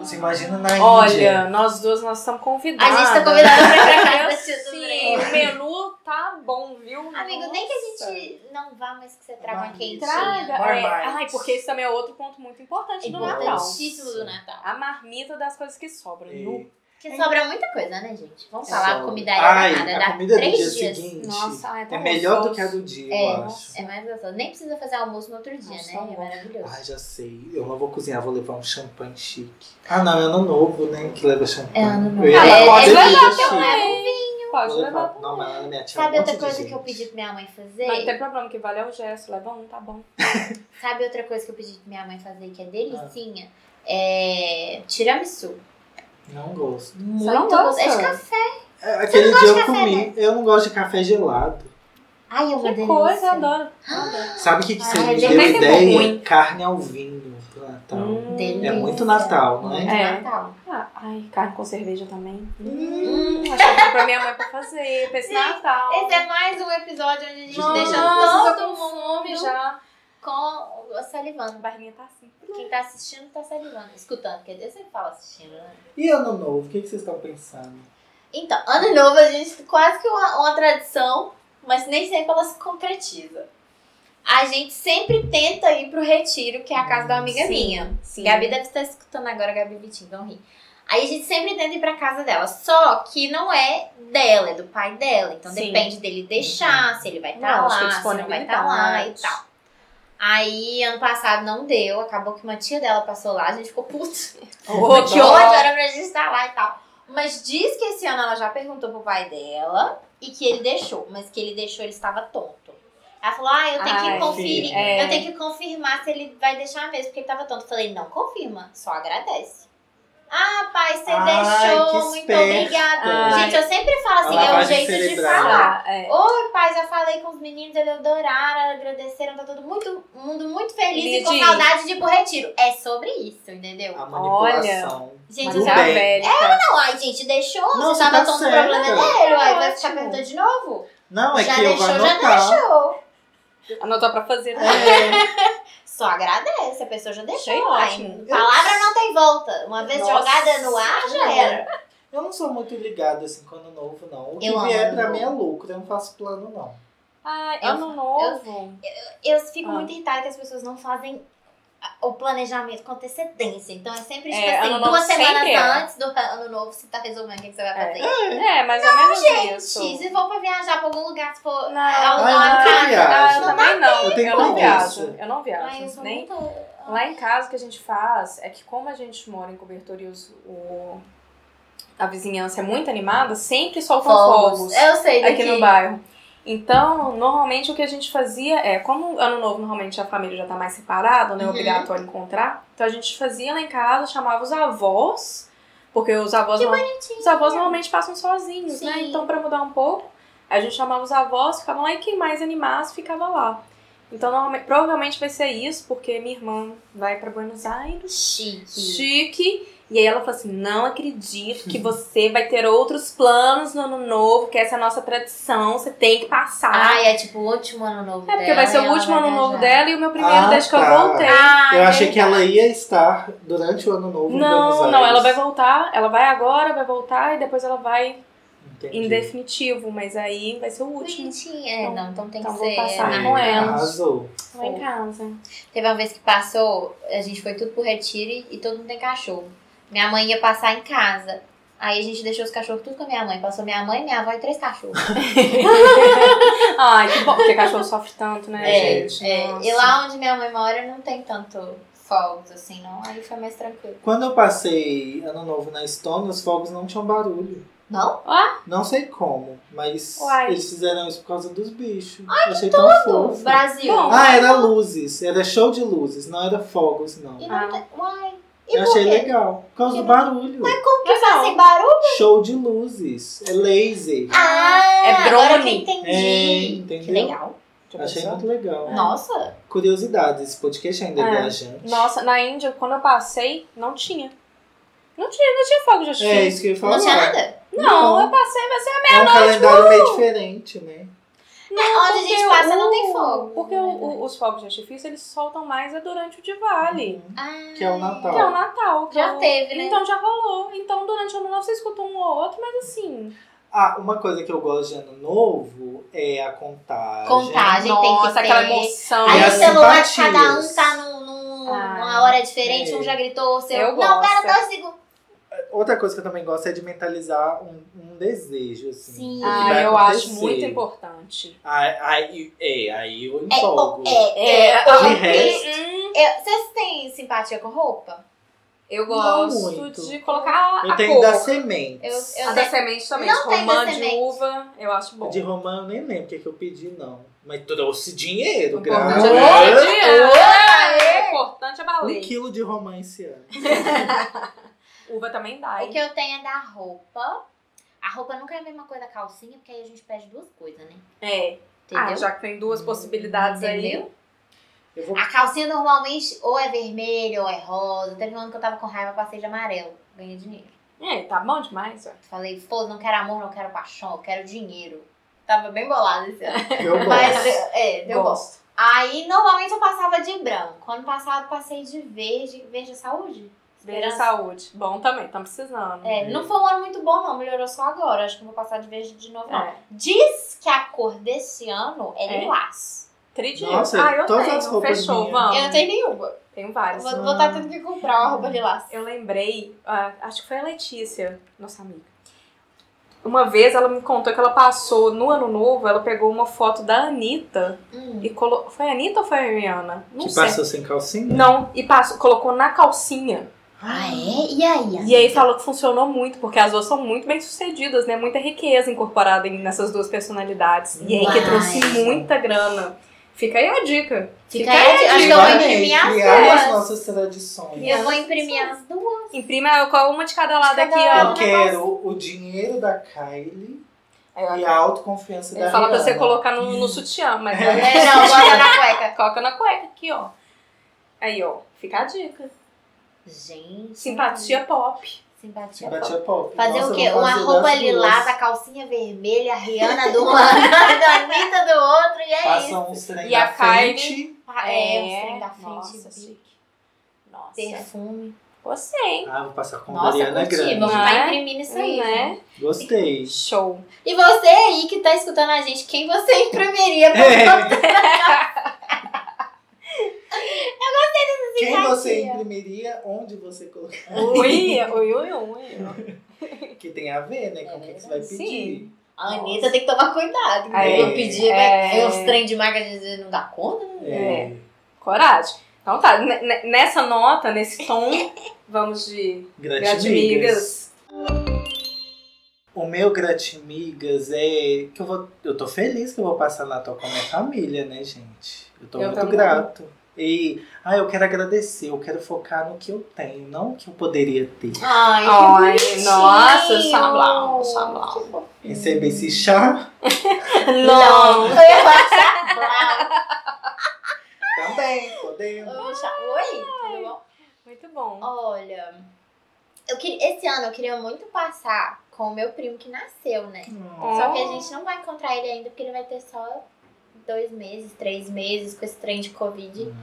Speaker 1: Você imagina na Índia.
Speaker 3: Olha, nós duas nós estamos
Speaker 2: A
Speaker 3: convidadas.
Speaker 2: gente tá convidada pra ir pra casa da tia do
Speaker 3: Sim,
Speaker 2: Breno.
Speaker 3: o menu tá bom, viu?
Speaker 2: Amigo, nem que a gente não vá, mas que você traga uma
Speaker 1: Marmite.
Speaker 2: quentinha.
Speaker 3: Traga.
Speaker 1: Marmite.
Speaker 3: É, ai, porque esse também é outro ponto muito importante do Natal.
Speaker 2: Importantíssimo do Natal.
Speaker 3: A marmita das coisas que sobram.
Speaker 1: E-
Speaker 3: No...
Speaker 2: Porque sobra muita coisa, né, gente?
Speaker 3: É.
Speaker 2: Vamos falar,
Speaker 1: Só-
Speaker 2: comida
Speaker 1: Ai,
Speaker 2: danada.
Speaker 1: a
Speaker 2: Dá
Speaker 1: comida do
Speaker 2: três
Speaker 1: dia
Speaker 2: dias.
Speaker 1: seguinte
Speaker 3: Nossa, ai, tá
Speaker 1: é melhor
Speaker 3: gostoso.
Speaker 1: do que a do dia,
Speaker 2: É,
Speaker 1: eu acho.
Speaker 2: é mais gostoso. Nem precisa fazer almoço no outro dia,
Speaker 3: Nossa, tá
Speaker 2: né? É
Speaker 3: bom.
Speaker 2: maravilhoso.
Speaker 1: Ai, já sei. Eu não vou cozinhar, vou levar um champanhe chique. Ah, não, é ano novo, né? Que leva champanhe.
Speaker 2: É ano novo.
Speaker 1: Eu ia
Speaker 3: Ah,
Speaker 1: levar
Speaker 3: mas
Speaker 1: uma
Speaker 2: é
Speaker 3: pode
Speaker 1: bebida
Speaker 3: levar
Speaker 1: chique.
Speaker 2: também.
Speaker 3: Pode
Speaker 1: Vou
Speaker 3: levar.
Speaker 1: levar. Não, mas ela minha tia. é um monte
Speaker 2: Sabe outra
Speaker 1: de
Speaker 2: coisa
Speaker 1: gente.
Speaker 2: que eu pedi pra minha mãe
Speaker 3: Não tem
Speaker 2: fazer?
Speaker 3: problema, que vale é o gesto. Leva um, tá bom.
Speaker 2: Sabe outra coisa que eu pedi pra minha mãe fazer
Speaker 1: Ah.
Speaker 2: que é delicinha? É. Tiramisu.
Speaker 1: Não gosto.
Speaker 3: Você não
Speaker 2: Muito gostoso. É de
Speaker 3: gosta?
Speaker 2: café.
Speaker 1: É, Aquele dia eu
Speaker 2: de café,
Speaker 1: comi. Eu não gosto de café gelado.
Speaker 2: Ai, é uma
Speaker 3: Que
Speaker 2: delícia.
Speaker 3: coisa, eu adoro.
Speaker 1: Sabe o que, que você
Speaker 2: Ai,
Speaker 1: me
Speaker 2: gente,
Speaker 1: deu
Speaker 3: como é que é
Speaker 1: ideia?
Speaker 3: ruim?
Speaker 1: Carne ao vinho pro Natal.
Speaker 3: Hum.
Speaker 1: É
Speaker 2: Delícia.
Speaker 1: muito Natal, não é?
Speaker 2: Muito
Speaker 3: É.
Speaker 2: Natal.
Speaker 3: Ah, ai, carne com cerveja também. Hum, achei que era pra minha mãe pra fazer, pra esse Natal.
Speaker 2: Esse é mais um episódio onde a gente
Speaker 3: Nossa,
Speaker 2: deixa um
Speaker 3: eu tô
Speaker 2: todo
Speaker 3: com
Speaker 2: mundo
Speaker 3: fome já.
Speaker 2: com
Speaker 3: A
Speaker 2: salivando.
Speaker 3: barriguinha tá assim.
Speaker 2: Quem tá assistindo tá salivando. Escutando, quer dizer, eu sempre falo assistindo, né?
Speaker 1: E ano novo, o que, que vocês estão pensando?
Speaker 2: Então, ano novo a gente quase que uma, uma tradição, mas nem sempre ela se concretiza. A gente sempre tenta ir pro retiro, que é a casa da amiga
Speaker 3: Sim,
Speaker 2: minha.
Speaker 3: sim.
Speaker 2: Gabi deve estar escutando agora, Gabi Vitinho, vão rir. Aí a gente sempre tenta ir pra casa dela, só que não é dela, é do pai dela. Então
Speaker 3: Sim. Uhum.
Speaker 2: depende dele deixar, se ele vai estar
Speaker 3: Não, acho que
Speaker 2: tá lá, se não vai estar
Speaker 3: disponibilidade.
Speaker 2: lá e tal. Aí, ano passado não deu, acabou que uma tia dela passou lá, a gente ficou puto.
Speaker 3: Ô,
Speaker 2: Que ódio era pra gente estar lá e tal. Mas diz que esse ano ela já perguntou pro pai dela e que ele deixou, mas que ele deixou, ele estava tonto. Ela falou: Ah, eu tenho
Speaker 3: Ai,
Speaker 2: que conferir,
Speaker 1: filha,
Speaker 3: é.
Speaker 2: eu tenho que confirmar se ele vai deixar mesmo, porque ele tava tonto. Eu Falei, não confirma, só agradece. Ah, pai, você
Speaker 1: Ai, que
Speaker 2: deixou, muito
Speaker 1: esperta.
Speaker 2: obrigada.
Speaker 3: Ai.
Speaker 2: Gente, eu sempre falo assim,
Speaker 1: A
Speaker 2: é um
Speaker 1: lavagem
Speaker 2: jeito de
Speaker 1: cerebral.
Speaker 2: falar.
Speaker 3: É.
Speaker 2: Oi, pai, já falei com os meninos, eles adoraram, agradeceram, tá todo muito, mundo muito feliz e com
Speaker 3: Lidi.
Speaker 2: saudade de ir pro retiro. É sobre isso, entendeu?
Speaker 1: A manipulação.
Speaker 2: Gente,
Speaker 1: Ah, Tudo
Speaker 3: Mas é
Speaker 2: já...
Speaker 1: bem.
Speaker 3: velho.
Speaker 2: não, ai, gente, deixou.
Speaker 1: Não,
Speaker 2: você
Speaker 1: você
Speaker 2: tava
Speaker 1: tá
Speaker 2: tão com um
Speaker 1: certa.
Speaker 2: problema dele, uai, vai
Speaker 3: Ótimo.
Speaker 2: ficar perguntando de novo.
Speaker 1: Não, é
Speaker 2: já
Speaker 1: que eu vou
Speaker 2: deixou, já
Speaker 1: anotar.
Speaker 2: deixou.
Speaker 3: Anotou pra
Speaker 2: É,
Speaker 3: fazer. né?
Speaker 2: Só agradece, a pessoa já deixou.
Speaker 3: Achei
Speaker 2: uai.
Speaker 3: ótimo.
Speaker 2: Palavra não tem volta. Uma vez
Speaker 3: Nossa.
Speaker 2: jogada no ar, já era.
Speaker 1: Eu não sou muito ligada assim com ano novo, não. O que
Speaker 2: Eu
Speaker 1: vier
Speaker 2: amo
Speaker 1: pra
Speaker 2: ano
Speaker 1: mim é lucro, eu não faço plano, não.
Speaker 3: Ai,
Speaker 2: Eu-
Speaker 3: ano novo.
Speaker 2: Eu fico
Speaker 3: Ah.
Speaker 2: muito irritada que as pessoas não fazem a- o planejamento com antecedência. Então é sempre, tipo
Speaker 3: É,
Speaker 2: assim,
Speaker 3: ano novo
Speaker 2: duas semanas
Speaker 3: sempre é.
Speaker 2: antes do ano novo, você tá resolvendo o que que você vai fazer.
Speaker 3: É, mais ou menos isso.
Speaker 2: Gente, se for pra viajar pra algum lugar, se for...
Speaker 3: Não,
Speaker 2: Ah,
Speaker 3: não,
Speaker 2: eu não
Speaker 1: viajo.
Speaker 3: eu também não.
Speaker 1: Eu tenho
Speaker 3: Eu não
Speaker 1: preguiça.
Speaker 3: viajo. Eu não
Speaker 2: Ai, eu
Speaker 3: viajo. assim,
Speaker 2: sou
Speaker 3: Nem
Speaker 2: muito...
Speaker 3: Lá em casa, o que a gente faz é que, como a gente mora em cobertura e os- o, a vizinhança é muito animada, sempre soltam fogos,
Speaker 2: Eu sei
Speaker 3: aqui
Speaker 2: daqui.
Speaker 3: no bairro. Então, normalmente o que a gente fazia é, como ano novo normalmente a família já tá mais separada, né? É
Speaker 2: Uhum.
Speaker 3: obrigatório encontrar. Então a gente fazia lá em casa, chamava os avós, porque os avós, no-
Speaker 2: é.
Speaker 3: os avós normalmente passam sozinhos, né?
Speaker 2: Sim.
Speaker 3: Então pra mudar um pouco, a gente chamava os avós, ficavam lá e quem mais animasse ficava lá. Então normalmente, provavelmente vai ser isso, porque minha irmã vai pra Buenos Aires
Speaker 2: Chique.
Speaker 3: chique. E aí ela falou assim: não acredito que você vai ter outros planos no ano novo, que essa é a nossa tradição, você tem que passar.
Speaker 2: Ai, é tipo o último ano novo
Speaker 3: Ah, é
Speaker 2: dela.
Speaker 3: porque vai ser
Speaker 2: e
Speaker 3: o
Speaker 2: ela
Speaker 3: último
Speaker 2: vai
Speaker 3: ano novo
Speaker 2: viajar.
Speaker 3: dela e o meu primeiro
Speaker 1: Ah,
Speaker 3: desde que eu
Speaker 1: tá.
Speaker 3: voltei.
Speaker 2: Ah,
Speaker 1: Eu achei que ela
Speaker 2: verdade.
Speaker 1: ia estar durante o ano novo em Buenos
Speaker 3: não,
Speaker 1: Aires.
Speaker 3: não, ela vai voltar, ela vai agora, vai voltar e depois ela vai
Speaker 1: Entendi.
Speaker 3: em definitivo, mas aí vai ser o último.
Speaker 2: Bonitinha. É, não, então tem
Speaker 3: Então
Speaker 2: que
Speaker 3: vou
Speaker 2: ser
Speaker 3: passar
Speaker 2: na
Speaker 3: com
Speaker 2: rua.
Speaker 3: ela.
Speaker 1: Arrasou.
Speaker 3: Lá em casa.
Speaker 2: Teve uma vez que passou, a gente foi tudo pro retiro e- e todo mundo tem cachorro. Minha mãe ia passar em casa. Aí a gente deixou os cachorros tudo com a minha mãe. Passou minha mãe, minha avó e três cachorros.
Speaker 3: Ai, que bom, porque cachorro sofre tanto, né,
Speaker 2: É,
Speaker 3: gente?
Speaker 2: é,
Speaker 3: Nossa.
Speaker 2: e lá onde minha mãe mora não tem tanto fogos assim, não. Aí foi mais tranquilo.
Speaker 1: Quando eu passei ano novo na Estônia, os fogos não tinham barulho.
Speaker 2: Não?
Speaker 1: Não sei como, mas
Speaker 3: Uai.
Speaker 1: eles fizeram isso por causa dos bichos. Ai, Achei tão fofo.
Speaker 2: Brasil.
Speaker 3: Bom.
Speaker 1: Ah, era luzes. Era show de luzes, não era fogos, não.
Speaker 2: E não
Speaker 3: Ah.
Speaker 2: tem. Uai. E
Speaker 1: Eu
Speaker 2: por
Speaker 1: achei
Speaker 2: quê?
Speaker 1: legal. Por causa do barulho.
Speaker 2: Como que
Speaker 3: Mas
Speaker 2: faz
Speaker 3: não. é
Speaker 2: sem barulho?
Speaker 1: Show de luzes. É laser.
Speaker 2: Ah,
Speaker 3: É
Speaker 2: agora que
Speaker 3: drone.
Speaker 2: entendi.
Speaker 1: É,
Speaker 2: que
Speaker 1: entendeu?
Speaker 2: legal.
Speaker 3: Já
Speaker 1: Achei
Speaker 3: pensou?
Speaker 1: muito legal.
Speaker 2: Nossa.
Speaker 1: Curiosidade, esse podcast ainda é
Speaker 3: É.
Speaker 1: viajante.
Speaker 3: Nossa, na Índia, quando eu passei, não tinha. Não tinha, não tinha fogo de
Speaker 1: É
Speaker 3: artifício.
Speaker 1: isso que eu ia falar.
Speaker 2: Não tinha nada?
Speaker 3: não,
Speaker 1: Não.
Speaker 3: eu passei, mas é
Speaker 1: É um calendário meio diferente, né?
Speaker 3: não,
Speaker 2: onde a gente
Speaker 3: porque
Speaker 2: passa, não
Speaker 3: o-
Speaker 2: tem fogo.
Speaker 3: Porque o- o- os fogos de artifício, eles soltam mais é durante o de vale.
Speaker 2: Ah.
Speaker 1: Que é o Natal.
Speaker 3: Que é o Natal. que
Speaker 2: Já
Speaker 3: é o-
Speaker 2: teve, né?
Speaker 3: Então já rolou. Então durante o ano novo você escuta um ou outro, mas assim...
Speaker 1: Ah, uma coisa que eu gosto de ano novo é a contagem.
Speaker 2: Contagem. A gente tem que
Speaker 3: nossa, aquela
Speaker 2: ter-
Speaker 3: emoção.
Speaker 1: E assim,
Speaker 2: Aí o
Speaker 1: as
Speaker 2: celular de
Speaker 1: simpatias.
Speaker 2: cada um tá num, num-
Speaker 3: Ai,
Speaker 2: numa hora diferente,
Speaker 1: é.
Speaker 2: um já gritou o seu.
Speaker 3: Eu
Speaker 2: não,
Speaker 3: gosto.
Speaker 2: pera, dois segundos.
Speaker 1: Outra coisa que eu também gosto é de mentalizar um, um desejo, assim.
Speaker 2: Sim.
Speaker 1: do que
Speaker 3: Ah,
Speaker 1: vai
Speaker 3: eu acho
Speaker 1: acontecer.
Speaker 3: muito importante.
Speaker 1: Aí, aí, é, aí eu
Speaker 2: É,
Speaker 1: empolgo.
Speaker 2: é, é,
Speaker 3: É,
Speaker 1: De
Speaker 2: porque-
Speaker 1: resto,
Speaker 2: é, Vocês têm simpatia com roupa?
Speaker 3: Eu
Speaker 1: Não
Speaker 3: gosto
Speaker 1: muito.
Speaker 3: de colocar
Speaker 1: eu
Speaker 3: a
Speaker 1: tenho
Speaker 3: cor.
Speaker 1: das
Speaker 2: Eu,
Speaker 1: sementes.
Speaker 2: eu
Speaker 3: A da semente também.
Speaker 2: Não
Speaker 3: tipo,
Speaker 2: tem da
Speaker 3: romã de
Speaker 2: semente.
Speaker 3: uva, eu acho bom.
Speaker 1: De romã eu nem lembro o que, que eu pedi, não. Mas trouxe dinheiro,
Speaker 3: O
Speaker 1: graças
Speaker 3: importante é
Speaker 1: a
Speaker 3: o
Speaker 1: Deus.
Speaker 3: dinheiro.
Speaker 2: Opa!
Speaker 3: O importante é
Speaker 1: Um
Speaker 3: baleia.
Speaker 1: quilo de romã esse ano.
Speaker 3: Uva também dá,
Speaker 2: O que eu tenho é da roupa. A roupa nunca é a mesma coisa da calcinha, porque aí a gente pede duas coisas, né?
Speaker 3: É.
Speaker 2: Entendeu?
Speaker 3: Ah, já que tem duas possibilidades aí.
Speaker 2: Entendeu?
Speaker 1: Eu vou...
Speaker 2: A calcinha normalmente ou é vermelha ou é rosa. Teve um ano que eu tava com raiva, passei de amarelo. Ganhei dinheiro.
Speaker 3: É, tá bom demais, ó.
Speaker 2: Falei, foda, não quero amor, não quero paixão, eu quero dinheiro. Tava bem bolada esse ano.
Speaker 1: Eu
Speaker 2: Mas,
Speaker 1: gosto.
Speaker 2: é, deu bom.
Speaker 3: gosto.
Speaker 2: Aí, normalmente eu passava de branco. Ano passado, eu passei de verde. Verde é saúde?
Speaker 3: Veja a
Speaker 2: Esperança.
Speaker 3: saúde. Bom também, estamos precisando.
Speaker 2: É, não foi um ano muito bom, não. Melhorou só agora. Acho que eu vou passar de verde de novo, não.
Speaker 3: É.
Speaker 2: Diz que a cor desse ano é,
Speaker 3: É?
Speaker 2: lilás.
Speaker 3: Tridinho.
Speaker 1: Nossa,
Speaker 3: ah, eu
Speaker 1: todas
Speaker 3: tenho.
Speaker 1: as roupas
Speaker 3: Fechou,
Speaker 1: minhas.
Speaker 3: vamos.
Speaker 2: Eu não tenho nenhuma.
Speaker 3: Tenho vários.
Speaker 2: Vou botar tendo que comprar uma roupa lilás.
Speaker 3: Eu lembrei, ah, acho que foi a Letícia, nossa amiga. Uma vez ela me contou que ela passou no ano novo, ela pegou uma foto da Anitta
Speaker 2: Hum.
Speaker 3: e colocou. Foi a Anitta ou foi a Rihanna? Não
Speaker 1: Que
Speaker 3: sei.
Speaker 1: passou sem calcinha?
Speaker 3: Não, e passou, colocou na calcinha.
Speaker 2: Ah, é? E aí?
Speaker 3: E aí falou que funcionou muito, porque as duas são muito bem sucedidas, né? Muita riqueza incorporada em- nessas duas personalidades. E aí que
Speaker 2: Uai.
Speaker 3: trouxe muita grana. Fica aí a dica.
Speaker 2: Fica aí a dica. Acho que eu vou
Speaker 1: Parei,
Speaker 2: imprimir as
Speaker 1: criar as
Speaker 2: duas.
Speaker 1: nossas tradições.
Speaker 2: Eu vou imprimir as duas.
Speaker 3: Imprima qual uma de cada lado
Speaker 2: cada
Speaker 3: aqui,
Speaker 2: lado.
Speaker 1: Eu
Speaker 3: ó.
Speaker 1: quero o dinheiro da Kylie
Speaker 3: Aí ela-
Speaker 1: e a autoconfiança da
Speaker 3: Ele fala pra você
Speaker 1: Rihanna.
Speaker 3: colocar no, no sutiã, mas
Speaker 2: É, Não,
Speaker 3: ela
Speaker 2: bora na cueca.
Speaker 3: É, coloca na cueca aqui, ó. Aí, ó, fica a dica.
Speaker 2: Gente.
Speaker 3: Simpatia pop.
Speaker 2: Simpatia. pop.
Speaker 1: Batia pop.
Speaker 2: Fazer
Speaker 1: Nossa,
Speaker 2: o quê?
Speaker 1: eu vou
Speaker 2: Uma
Speaker 1: fazer
Speaker 2: roupa
Speaker 1: das duas.
Speaker 2: lilás, a calcinha vermelha, a Rihanna do lado, a Anitta do outro, e é isso.
Speaker 1: Passa uns trem
Speaker 3: E a
Speaker 1: na
Speaker 3: Kylie-
Speaker 1: frente.
Speaker 2: Ah, É, os trem da
Speaker 3: Nossa,
Speaker 2: frente,
Speaker 3: chique. Nossa.
Speaker 2: perfume.
Speaker 3: Você, hein?
Speaker 1: Ah, vou passar com a
Speaker 2: Nossa,
Speaker 1: Mariana
Speaker 2: curti.
Speaker 1: Grande.
Speaker 2: Vamos
Speaker 3: Não
Speaker 2: tá
Speaker 3: é?
Speaker 2: imprimindo isso aí.
Speaker 3: né?
Speaker 2: gente.
Speaker 1: Gostei.
Speaker 3: Show.
Speaker 2: E você aí que tá escutando a gente, quem você imprimiria?
Speaker 1: É.
Speaker 2: pra-
Speaker 1: Quem
Speaker 2: simpatia.
Speaker 1: você imprimiria, onde você colocaria?
Speaker 3: Ui, ui, ui, ui.
Speaker 1: Que tem a ver, né? Com o que que você vai
Speaker 3: Sim.
Speaker 1: pedir.
Speaker 2: A Anitta tem que tomar cuidado. entendeu?
Speaker 1: É,
Speaker 2: eu pedi,
Speaker 3: é.
Speaker 2: vai- é uns trem de marca de não dá conta, né?
Speaker 1: É.
Speaker 3: Coragem. Então tá, ne- ne- nessa nota, nesse tom, vamos de
Speaker 1: Gratimigas.
Speaker 3: gratimigas.
Speaker 1: O meu gratimigas é que eu vou. Eu tô feliz que eu vou passar Natal com a minha família, né, gente? Eu tô
Speaker 3: Eu
Speaker 1: muito
Speaker 3: também.
Speaker 1: grato. E ah, eu quero agradecer, eu quero focar no que eu tenho, não o que eu poderia ter.
Speaker 2: Ai, que
Speaker 3: Ai,
Speaker 2: bonitinho.
Speaker 3: nossa, sablau, sablau.
Speaker 2: Que fofo.
Speaker 1: Receber
Speaker 3: Hum.
Speaker 1: esse chá
Speaker 2: Não, eu ia falar sablau.
Speaker 1: também, podemos.
Speaker 2: Eu vou achar- Oi, tudo bom?
Speaker 3: Muito bom.
Speaker 2: Olha, eu queria, esse ano eu queria muito passar com o meu primo que nasceu, né?
Speaker 3: Hum.
Speaker 2: Só que a gente não vai encontrar ele ainda, porque ele vai ter só dois meses, três meses com esse trem de Covid.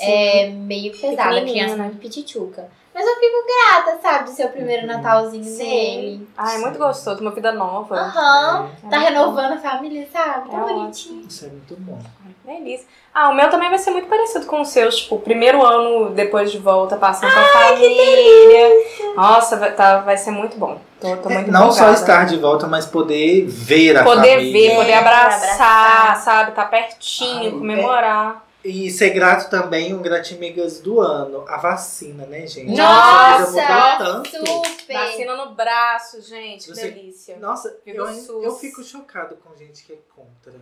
Speaker 2: É meio pesado, a
Speaker 3: Pequenininho,
Speaker 2: criança é
Speaker 3: né?
Speaker 2: muito pitituca. Mas eu fico grata, sabe, de ser o primeiro
Speaker 1: Uhum.
Speaker 2: Natalzinho
Speaker 3: Sim.
Speaker 2: dele.
Speaker 3: Ai, muito gostoso, uma vida nova.
Speaker 2: Aham. Tá
Speaker 3: É.
Speaker 2: renovando a família, sabe? Tá
Speaker 3: É
Speaker 2: bonitinho.
Speaker 1: Isso é muito bom.
Speaker 3: Ai, que delícia. Ah, o meu também vai ser muito parecido com o seu. Tipo, primeiro ano depois de volta, passando com a família. Nossa, vai, tá- vai ser muito bom. Tô, tô muito
Speaker 1: É, não só
Speaker 3: empolgada.
Speaker 1: estar de volta, mas poder ver a
Speaker 3: Poder
Speaker 1: família.
Speaker 3: ver, poder
Speaker 2: É,
Speaker 3: abraçar,
Speaker 2: abraçar.
Speaker 3: sabe? Tá pertinho,
Speaker 1: Ai,
Speaker 3: comemorar.
Speaker 1: E ser grato também, um gratimigas do ano, a vacina, né, gente?
Speaker 3: Nossa, é
Speaker 1: Essa coisa mudou tanto.
Speaker 2: Super!
Speaker 3: Vacina no braço, gente. Que
Speaker 1: Você-
Speaker 3: delícia.
Speaker 1: Nossa,
Speaker 3: Pegou
Speaker 1: eu,
Speaker 3: SUS.
Speaker 1: eu fico chocado com gente que é contra.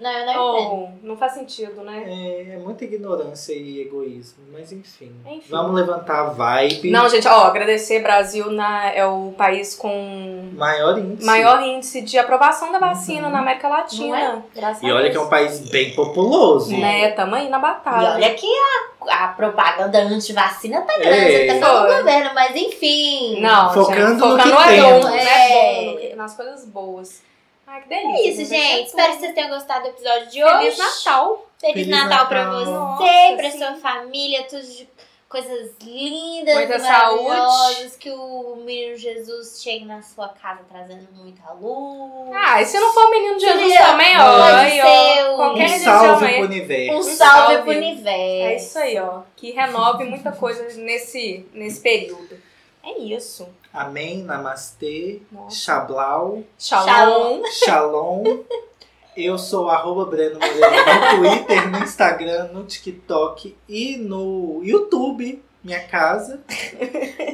Speaker 2: Não, eu não entendo.
Speaker 3: Oh, não faz sentido, né?
Speaker 1: É, é muita ignorância e egoísmo, mas enfim.
Speaker 3: Enfim.
Speaker 1: Vamos levantar a vibe.
Speaker 3: Não, gente, ó, agradecer. Brasil na, é o país com
Speaker 1: Maior índice.
Speaker 3: maior índice de aprovação da vacina
Speaker 1: Uhum.
Speaker 3: na América Latina. Graças
Speaker 1: E
Speaker 3: a
Speaker 1: olha que é
Speaker 3: Deus.
Speaker 1: um país bem populoso.
Speaker 3: Né, tamo aí na
Speaker 2: E
Speaker 3: batalha.
Speaker 2: olha que a, a propaganda anti-vacina tá
Speaker 1: É.
Speaker 2: grande, tá todo
Speaker 3: Foi.
Speaker 2: o governo, mas enfim.
Speaker 3: Não,
Speaker 1: Focando
Speaker 3: gente,
Speaker 1: no
Speaker 3: focando
Speaker 1: que
Speaker 3: no
Speaker 1: temos.
Speaker 3: bom,
Speaker 2: É.
Speaker 3: né? Bom, nas coisas boas. Ai, que delícia.
Speaker 2: É isso, gente. Espero que vocês tenham gostado do episódio de hoje.
Speaker 3: Feliz Natal.
Speaker 2: Feliz
Speaker 1: Feliz
Speaker 2: Natal pra
Speaker 1: Natal.
Speaker 2: você,
Speaker 3: Nossa,
Speaker 2: pra
Speaker 3: sim.
Speaker 2: sua família, tudo de coisas lindas,
Speaker 3: Muita
Speaker 2: e maravilhosas. Que o menino Jesus chegue na sua casa trazendo muita luz.
Speaker 3: Ah, e se não for o menino Jesus
Speaker 2: Seria
Speaker 3: também, ó.
Speaker 2: Pode
Speaker 3: aí, ó,
Speaker 2: ser um-
Speaker 1: Um
Speaker 3: qualquer
Speaker 2: Quero
Speaker 1: salve
Speaker 3: religião
Speaker 1: pro
Speaker 3: aí.
Speaker 1: universo.
Speaker 2: um,
Speaker 3: um
Speaker 2: salve,
Speaker 3: salve.
Speaker 2: pro universo.
Speaker 3: É isso aí, ó. Que renove muita coisa nesse, nesse período. É isso.
Speaker 1: Amém, namastê,
Speaker 3: Nossa.
Speaker 1: xablau,
Speaker 3: Shalom.
Speaker 2: Shalom.
Speaker 1: shalom. Eu sou arroba Breno Moreira no Twitter, no Instagram, no TikTok e no YouTube, minha casa.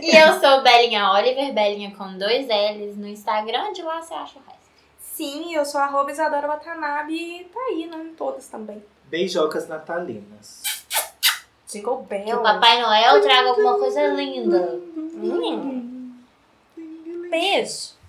Speaker 2: E eu sou Belinha Oliver, Belinha com dois L's no Instagram, de lá você acha o resto.
Speaker 3: Sim, eu sou arroba Isadora Watanabe e tá aí, né? Em todas também.
Speaker 1: Beijocas natalinas.
Speaker 3: Jingle
Speaker 2: Que o
Speaker 3: Bell.
Speaker 2: Papai é. Noel traga alguma coisa linda.
Speaker 3: Hum. Beijo.